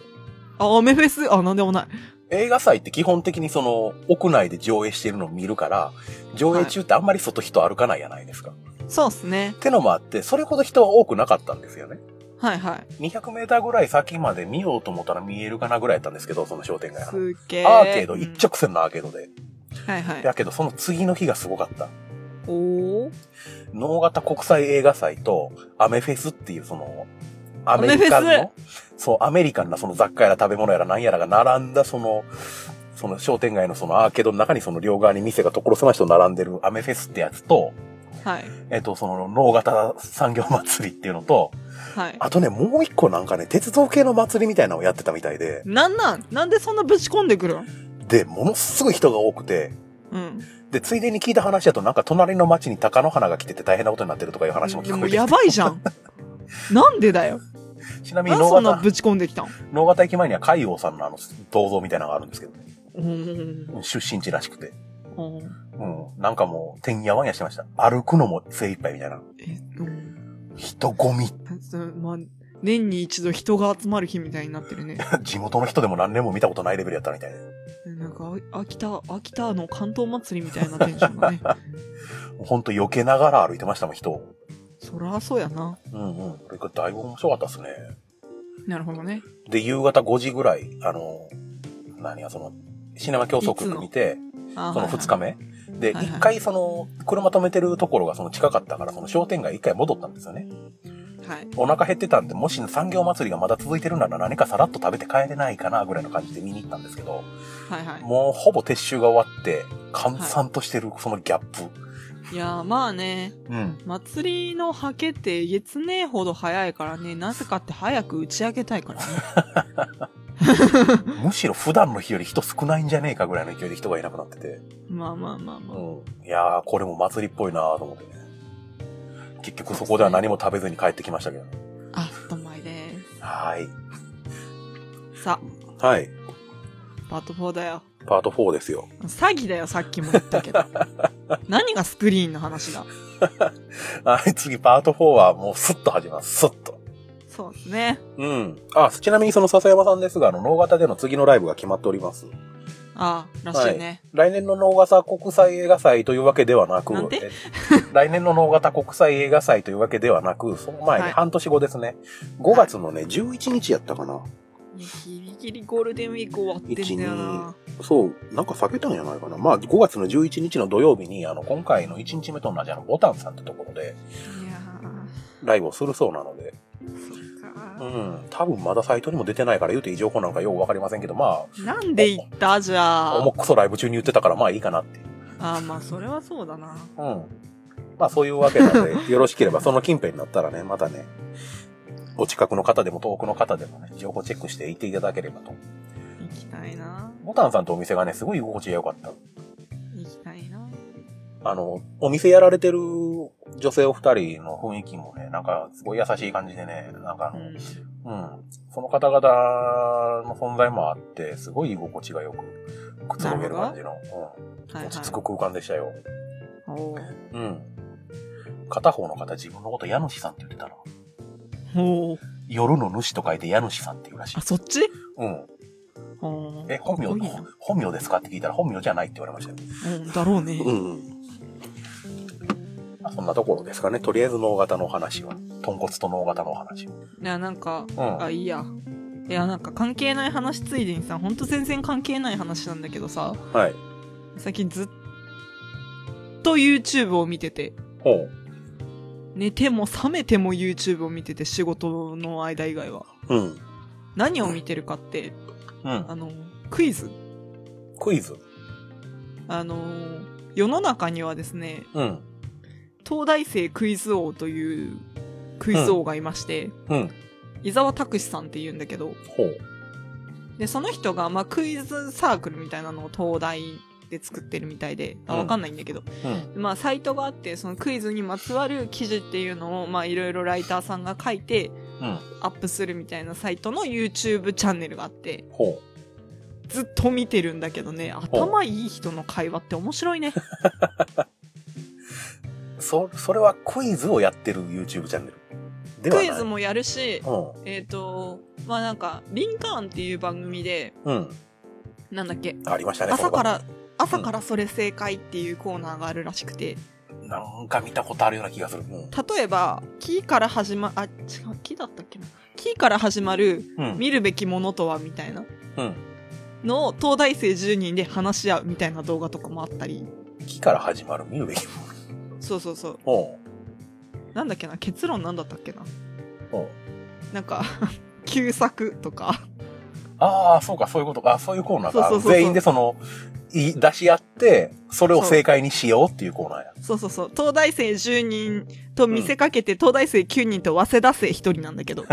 あ、アメフェスあ、なんでもない。映画祭って基本的にその屋内で上映してるのを見るから、上映中ってあんまり外人歩かないじゃないですか。そうっすね。ってのもあって、それほど人は多くなかったんですよね。はいはい。 200メーターぐらい先まで見ようと思ったら見えるかなぐらいやったんですけど、その商店街すの。っげえ。アーケード、うん一直線のアーケードで。はいはい。だけどその次の日がすごかった。おお。脳型国際映画祭とアメフェスっていうその、アメリカンアメフの、そう、アメリカンなその雑貨やら食べ物やら何やらが並んだその、その商店街のそのアーケードの中にその両側に店が所狭しと並んでるアメフェスってやつと、はい。えっと、その脳型産業祭りっていうのと、はい。あとね、もう一個なんかね、鉄道系の祭りみたいなのをやってたみたいで、なんなんなんでそんなぶち込んでくるんで、ものすごい人が多くて、うん。で、ついでに聞いた話だとなんか隣の町に鷹の花が来てて大変なことになってるとかいう話も聞こえもてうきてやばいじゃ (laughs) ん。なんでだよ。ちなみなんにで脳そんな型、ぶち込んできたん脳型駅前には海王さんのあの銅像みたいなのがあるんですけど、ね、うん。出身地らしくて。うんうん。なんかもう、てんやわんやしてました。歩くのも精一杯みたいな。え、うん。人混み。そまあ、年に一度人が集まる日みたいになって (laughs) るね。地元の人でも何年も見たことないレベルやったみたいで。なんか、あ秋田、秋田の関東祭りみたいなテンション (laughs) だね。ほんと避けながら歩いてましたもん、人を。そそらそうやな。うんうん。これがだいぶ面白かったですね。なるほどね。で、夕方5時ぐらい、あの、何や、その、シネマ競争局見て、あその2日目。目。で、はいはい1回その、車止めてるところがその近かったから、その商店街1回戻ったんですよね。はい。お腹減ってたんで、もし産業祭りがまだ続いてるなら何かさらっと食べて帰れないかな、ぐらいの感じで見に行ったんですけど、はいはい。もうほぼ撤収が終わって、閑散としてるそのギャップ。いやーまあね、うん。祭りのハケってえげつねえほど早いからね、なぜかって早く打ち上げたいからね。むしろ普段の日より人少ないんじゃねえかぐらいの勢いで人がいなくなってて。まあまあまあまあ。うん。いやー、これも祭りっぽいなーと思ってね。結局そこでは何も食べずに帰ってきましたけど。あっとまいではい。す。さはい。あ、パート4だよ。パート4ですよ。 (laughs) 詐欺だよ、さっきも言ったけど。何がスクリーンの話だ。はい、次パート4はもうスッと始まる。スッと。そうですね。うん。あ、ちなみにその笹山さんですが、あの、脳型での次のライブが決まっております。ああ、らしいね。来年の脳型国際映画祭というわけではなく、なんてえ来年の脳型国際映画祭というわけではなく、その前はにい半年後ですね。5月のね、11日やったかな。いやギリギリゴールデンウィーク終わってんだよな。そう、なんか避けたんじゃないかな。まあ、5月の11日の土曜日に、あの、今回の1日目と同じあの、ボタンさんってところで、いやライブをするそうなので、ー、そっうか。ん、多分まだサイトにも出てないから言うていい情報なんかようわかりませんけど、まなんで言ったじゃあ、あ。重くそライブ中に言ってたから、まあいいかなっていう。ああ、まあ、それはそうだな。うん。まあそういうわけなの (laughs) で、よろしければその近辺になったらね、またね、お近くの方でも遠くの方でもね、情報チェックして行っていただければと。行きたいな。ボタンさんとお店がね、すごい居心地が良かった。行きたいな。あの、お店やられてる女性お二人の雰囲気もね、なんかすごい優しい感じでね、なんかあうの、ん。うん。その方々の存在もあって、すごい居心地がよく、くつろげる感じの、うはん、いはい落ち着く空間でしたよ。おうん。片方の方、自分のこと家主さんって言ってたな。ーおー。夜の主と書いて家主さんって言うらしいあ、。そっちうん。おーえ、本名かっこいいな、本名ですかって聞いたら本名じゃないって言われましたよ。うん、だろうね。ん。まあそんなところですかね。とりあえず脳型のお話は。豚骨と脳型のお話は。いや、なんか、うんあ、いいや。いや、なんか関係ない話ついでにさ、ほんと全然関係ない話なんだけどさ、はい。最近ずっと YouTube を見てて、ほう。寝ても覚めても YouTube を見てて、仕事の間以外は。うん。何を見てるかって、うん。あの、クイズ。クイズ。あの、世の中にはですね、うん。東大生クイズ王というクイズ王がいまして、うん。伊沢拓司さんって言うんだけど、ほう。で、その人が、まあ、クイズサークルみたいなのを東大で作ってるみたいで、あうんわかんないんだけど、うん。まあ、サイトがあって、そのクイズにまつわる記事っていうのを、まあ、いろいろライターさんが書いて、うん。アップするみたいなサイトの YouTube チャンネルがあって、ほずっと見てるんだけどね、頭いい人の会話って面 (laughs) 白いね。う。そ、それはクイズをやってる YouTube チャンネル。ではクない。イズもやるし、も。えっ、と、まあ、なんか、リンカーンっていう番組で、うん。うん。なんだっけ、ありましたね。朝このか番ら、朝からそれ正解っていうコーナーがあるらしくて、組。なんか見たことあるような気がする。うん。例えば「キ」から始まあ違う「キ」だったっけな「キ」から始まるう「ん。見るべきものとは」みたいなうん。のを東大生10人で話し合うみたいな動画とかもあったり木から始まる見るべき。そうそうそうほなんだっけな結論なんだったっけなう。ほう。なんか (laughs) 旧作とかああ、そうか、そういうことか。あそういうコーナーそうか。そうそうそう全員でその、い出し合って、それを正解にしようっていうコーナーや。そうそうそう東大生10人と見せかけて、東大生9人と早稲田生1人なんだ (laughs) けど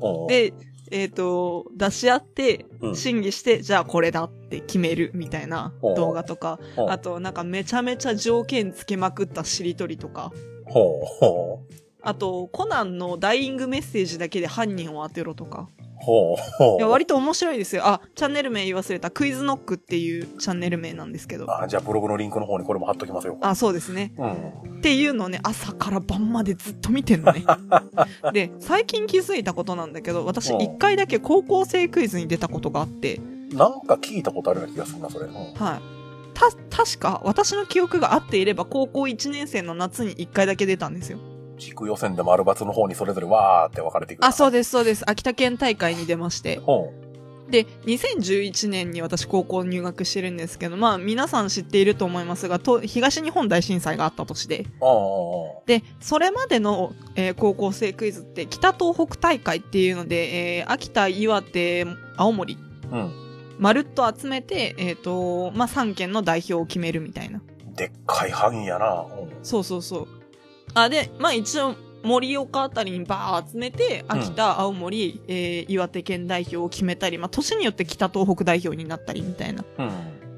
おうでえっ、と出し合ってうん審議して、じゃあこれだって決めるみたいな動画とかほうあと、なんかめちゃめちゃ条件つけまくったしりとりとか。ほう、ほう、あと、コナンのダイイングメッセージだけで犯人を当てろとか。ほう、ほ。いうや、割と面白いですよ。あ、チャンネル名言い忘れた。クイズノックっていうチャンネル名なんですけど。あじゃあブログのリンクの方にこれも貼っときますよ。あ、そうですね。うん。っていうのをね、朝から晩までずっと見てんの (laughs) ね。で、最近気づいたことなんだけど、私うん一回だけ高校生クイズに出たことがあって、なんか聞いたことあるような気がするな、それ。うん。はい。た、確か、私の記憶が合っていれば、高校1年生の夏に一回だけ出たんですよ。地区予選で丸抜の方にそれぞれわーって分かれていく。。あ、そううです、そうです。秋田県大会に出まして。ほで、2011年に私高校入学してるんですけど、まあ皆さん知っていると思いますが、と東日本大震災があった年で。う。あで、それまでの、えー高校生クイズって、北東北大会っていうので、えー秋田、岩手、青森、あ、うん。まるっと集めて、えっ、と、まあ3県の代表を決めるみたいな。でっかい範囲やな。うん。そうそうそう。あ、で、まあ一応、盛岡あたりにバー集めて、秋田、青森、えー岩手県代表を決めたり、まあ年によって北東北代表になったりみたいな。うん。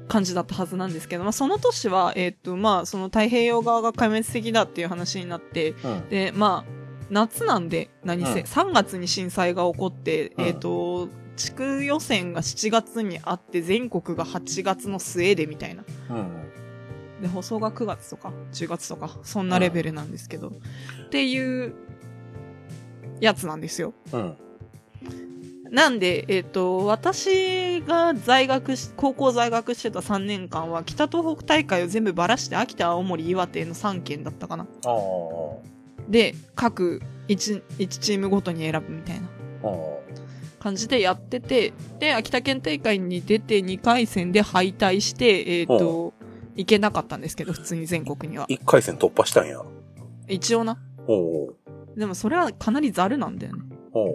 感じだったはずなんですけど、まあ、その年は、えーっとまあ、その太平洋側が壊滅的だっていう話になってうん。で、まあ、夏なんで何せ、うん3月に震災が起こって、うんえーっと地区予選が7月にあって全国が8月の末でみたいなうん。で放送が9月とか10月とかそんなレベルなんですけど、っていうやつなんですよ。うん。なんで、えっ、と、私が在学し、高校在学してた3年間は、北東北大会を全部ばらして、秋田、青森、岩手の3県だったかな。ああ。で、各 1, 一チームごとに選ぶみたいなうん。感じでやってて、で、秋田県大会に出て2回戦で敗退して、えっ、と、行けなかったんですけど、普通に全国には。一回戦突破したんや。一応な。おうでもそれはかなりザルなんだよね。おう。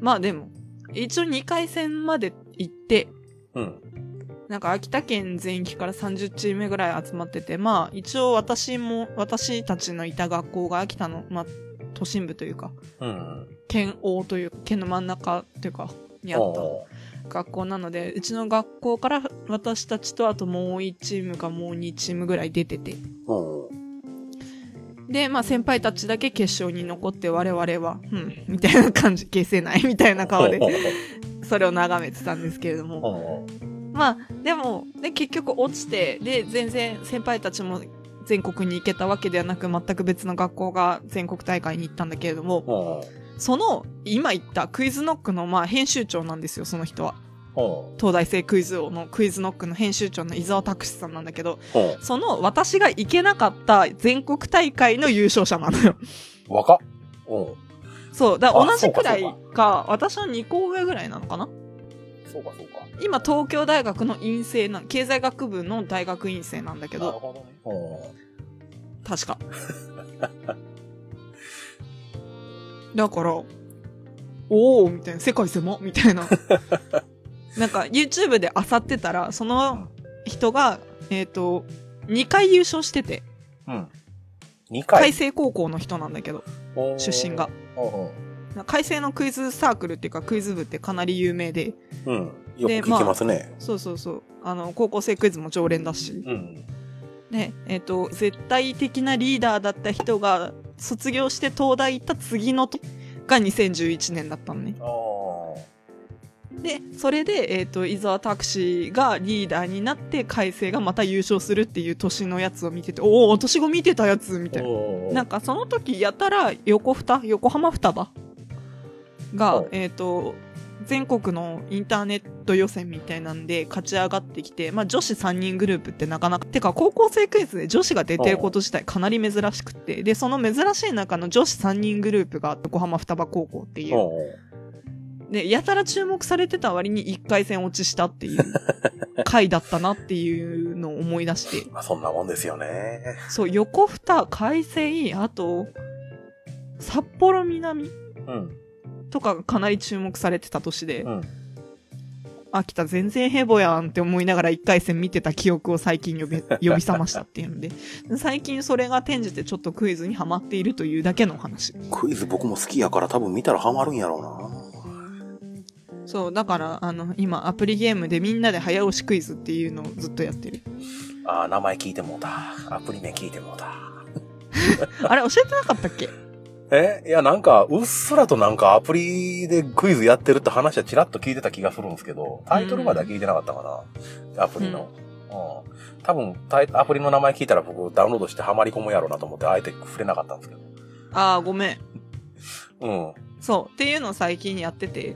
まあでも、一応2回戦まで行って、うん。なんか秋田県全域から30チームぐらい集まってて、まあ一応私も、私たちのいた学校が秋田の、まあ都心部というか、うん。県央というか、県の真ん中というか、にあっおう学校なので、うちの学校から私たちとあともう1チームかもう2チームぐらい出てて。うん。で、まあ先輩たちだけ決勝に残って我々は、うん、みたいな感じ、消せないみたいな顔で、それを眺めてたんですけれども。まあでも、ね、結局落ちてで全然先輩たちも全国に行けたわけではなく全く別の学校が全国大会に行ったんだけれどもその今言ったクイズノックのまあ編集長なんですよその人は東大生クイズ王のクイズノックの編集長の伊沢拓司さんなんだけどその私が行けなかった全国大会の優勝者なのよ (laughs) 若っ。うん。そうだから同じくらいあそうか私の2校上ぐらいなのかなそうか、そうか。今東京大学の院生な経済学部の大学院生なんだけなどるほどね。うん。確か。だから、おおみたいな、世界狭っみたいな。なんか、YouTube で漁ってたら、その人が、えっ、と、2回優勝してて、うん。2海回星高校の人なんだけど、出身が。。うん海星のクイズサークルっていうか、クイズ部ってかなり有名で、うん。よくで聞きますね。そうそうそう、あの、高校生クイズも常連だし、うん。ね、えっ、と、絶対的なリーダーだった人が、卒業して東大行った次のと、が2011年だったのね。ああ。で、それで、えっ、と、伊沢拓司がリーダーになって、海星がまた優勝するっていう年のやつを見てて、おお、年後見てたやつみたいな。なんか、その時やたら、横二横浜双葉がお、えっ、と、全国のインターネット予選みたいなんで勝ち上がってきて、まあ女子3人グループってなかなか、てか高校生クイズで女子が出てること自体かなり珍しくって、で、その珍しい中の女子3人グループが横浜双葉高校っていう、ね、やたら注目されてた割に1回戦落ちしたっていう回だったなっていうのを思い出して、まあそんなもんですよね。そう、横二、海星、あと、札幌南うん。とかがかなり注目されてた年で、うん秋田全然ヘボやんって思いながら1回戦見てた記憶を最近呼び (laughs) 呼び覚ましたっていうので、最近それが転じてちょっとクイズにハマっているというだけのお話。クイズ僕も好きやから多分見たらハマるんやろうな。そう、だから、あの、今アプリゲームでみんなで早押しクイズっていうのをずっとやってる。ああ、名前聞いてもうた。アプリ名聞いてもうた。 (laughs) あれ教えてなかったっけえいや、なんか、うっすらとなんかアプリでクイズやってるって話はちらっと聞いてた気がするんですけど、タイトルまでは聞いてなかったかな。アプリの。うん。多分タイ、アプリの名前聞いたら僕ダウンロードしてハマり込むやろうなと思って、あえて触れなかったんですけど。ああ、ごめん。うん。そう。っていうのを最近やってて、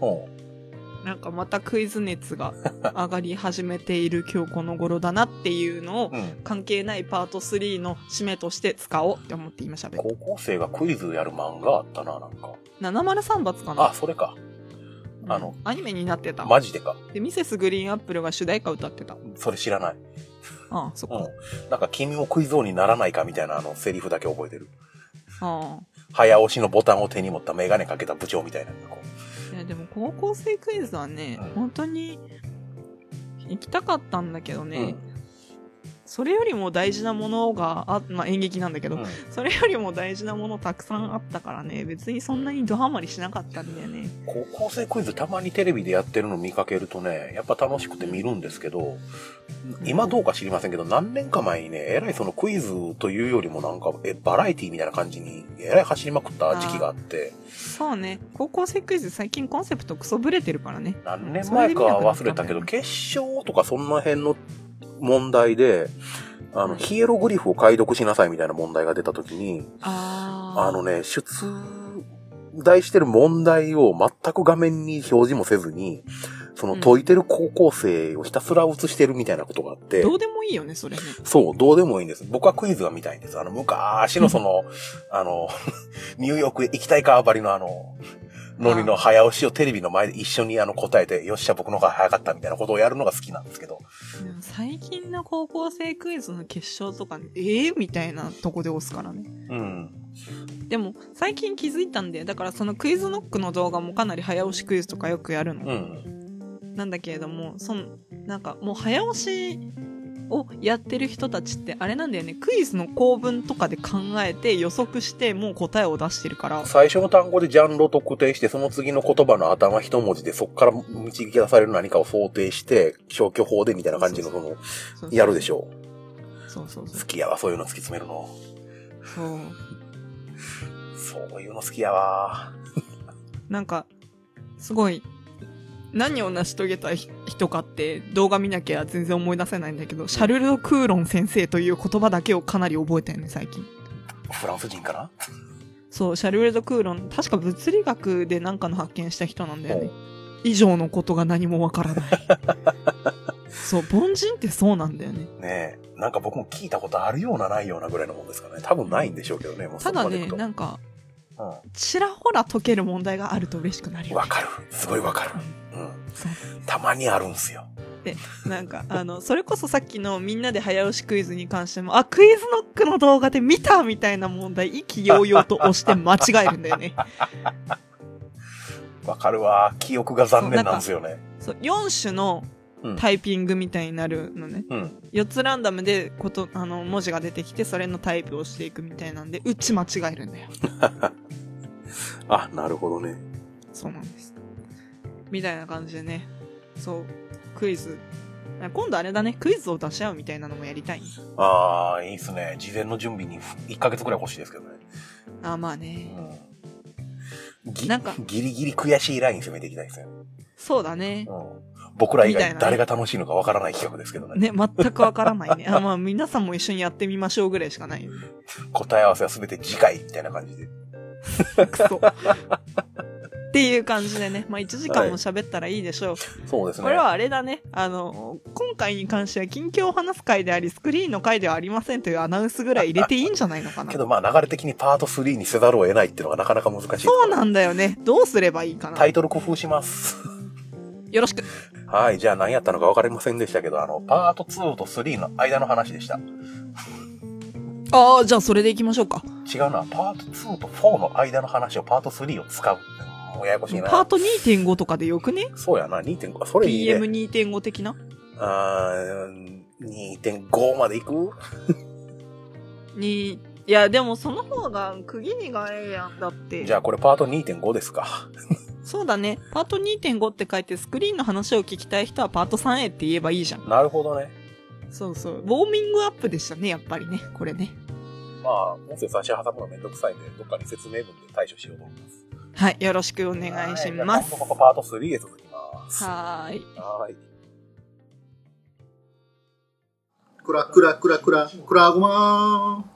なんかまたクイズ熱が上がり始めている今日この頃だなっていうのを、うん。うん。関係ないパート3の締めとして使おうって思って今喋る。高校生がクイズやる漫画あったな、なんか。 703罰かなあ、それか。あの、アニメになってた。マジでか。で、ミセスグリーンアップルが主題歌歌ってた。それ知らない。ああ、そっか。うん。なんか、君もクイズ王にならないかみたいなあの、セリフだけ覚えてる。ああ。早押しのボタンを手に持ったメガネかけた部長みたいな。こういやでも高校生クイズはね、うん本当に行きたかったんだけどね、うんそれよりも大事なものがあ、まあ、演劇なんだけど、うんそれよりも大事なものたくさんあったからね別にそんなにドハマりしなかったんだよね高校生クイズたまにテレビでやってるの見かけるとねやっぱ楽しくて見るんですけど今どうか知りませんけど何年か前にねえらいそのクイズというよりもなんかえバラエティみたいな感じにえらい走りまくった時期があってそうね高校生クイズ最近コンセプトクソブレてるからね何年前かは忘れたけどそ決勝とかその辺の問題であうんのヒエログリフを解読しなさいみたいな問題が出た時にあああのね、出題してる問題を全く画面に表示もせずに、そのうん解いてる高校生をひたすら映してるみたいなことがあって、どうでもいいよねそれねそう、どうでもいいんです。僕はクイズが見たいんです。あの、昔のその、あの、 (laughs) ニューヨークへ行きたいかばりのあの、ノリの早押しをテレビの前で一緒にあの答えて、よっしゃ、僕の方が早かったみたいなことをやるのが好きなんですけど、でも最近の高校生クイズの決勝とかねええみたいなとこで押すからねうん。でも最近気づいたんでだからそのクイズノックの動画もかなり早押しクイズとかよくやるうの、ん。なんだけれどもそのなんかもう早押しをやってる人たちってあれなんだよねクイズの構文とかで考えて予測してもう答えを出してるから最初の単語でジャンルを特定して、その次の言葉の頭一文字で、そこから導き出される何かを想定して、消去法でみたいな感じの、その、やるでしょょそうそうう。そ好うきやわ、そういうの突き詰めるの。そうそういうの好きやわ。なんかすごい何を成し遂げた人かって動画見なきゃ全然思い出せないんだけどシャルル・クーロン先生という言葉だけをかなり覚えたよね最近フランス人かなそう、シャルル・ド・クーロン、確か物理学で何かの発見した人なんだよね。以上のことが何もわからない。 (laughs) そう、凡人ってそうなんだよね。ねえ。なんか僕も聞いたことあるようなないようなぐらいのもんですかね。多分ないんでしょうけどね、もうそたこまだでいね、くと。なんか、うんちらほら解ける問題があると嬉しくなるよ、わね。かる。すごいわかる。うそん。たまにあるんすよ。うなんか、あの、それこそさっきのみんなで早押しクイズに関しても、あ、クイズノックの動画で見たみたいな問題、意気揚々と押して間違えるんだ (laughs) よね。わかるわ。記憶が残念なんですよね。そう、4種のうんタイピングみたいになるのね。うん。 4つランダムでことあの文字が出てきてそれのタイプをしていくみたいなんでうち間違えるんだよあ、なるほどね。そうなんですみたいな感じでねそうクイズ今度あれだねクイズを出し合うみたいなのもやりたいああ、いいっすね。事前の準備に1ヶ月くらい欲しいですけどね。あまあねうん。ぎなんかギリギリ悔しいライン攻めていきたいですよね。そうだねうん。僕ら以みたい外なね誰が楽しいのかわからない企画ですけどね。ね全くわからないねあまあ皆さんも一緒にやってみましょうぐらいしかないよね答え合わせは全て次回みたいな感じで。クソっていう感じでねまあ1時間も喋ったらいいでしょう、そうですね。これはあれだね。あの、今回に関しては近況を話す回であり、スクリーンの回ではありませんというアナウンスぐらい入れていいんじゃないのかなけ。どまあ流れ的にパート3にせざるを得ないっていうのがなかなか難しい。そうなんだよね。どうすればいいかなタ。イトル工夫します。 (laughs) よろしく。はい、じゃあ何やったのか分かりませんでしたけど、あの、パート2と3の間の話でした。ああ、じゃあそれでいきましょうか。違うな、パート2と4の間の話をパート3を使う。もうややこしいパーな。ト2.5とかでよくねそうやな、2.5、それいいね。 ?PM2.5 的なあー2.5まで行くに、いや、でもその方が釘にがええやんだって。じゃあこれパート2.5ですか。そうだね。パート2.5って書いて、スクリーンの話を聞きたい人はパート 3A って言えばいいじゃん。なるほどね。そうそう。ウォーミングアップでしたね、やっぱりね。これね。まあ、音声差し挟むのめんどくさいんで、どっかに説明文で対処しようと思います。はい。よろしくお願いしますはいじゃあ今度。こそパート3へ続きます。はーい。はい。くらくらくらくら、くらごまー。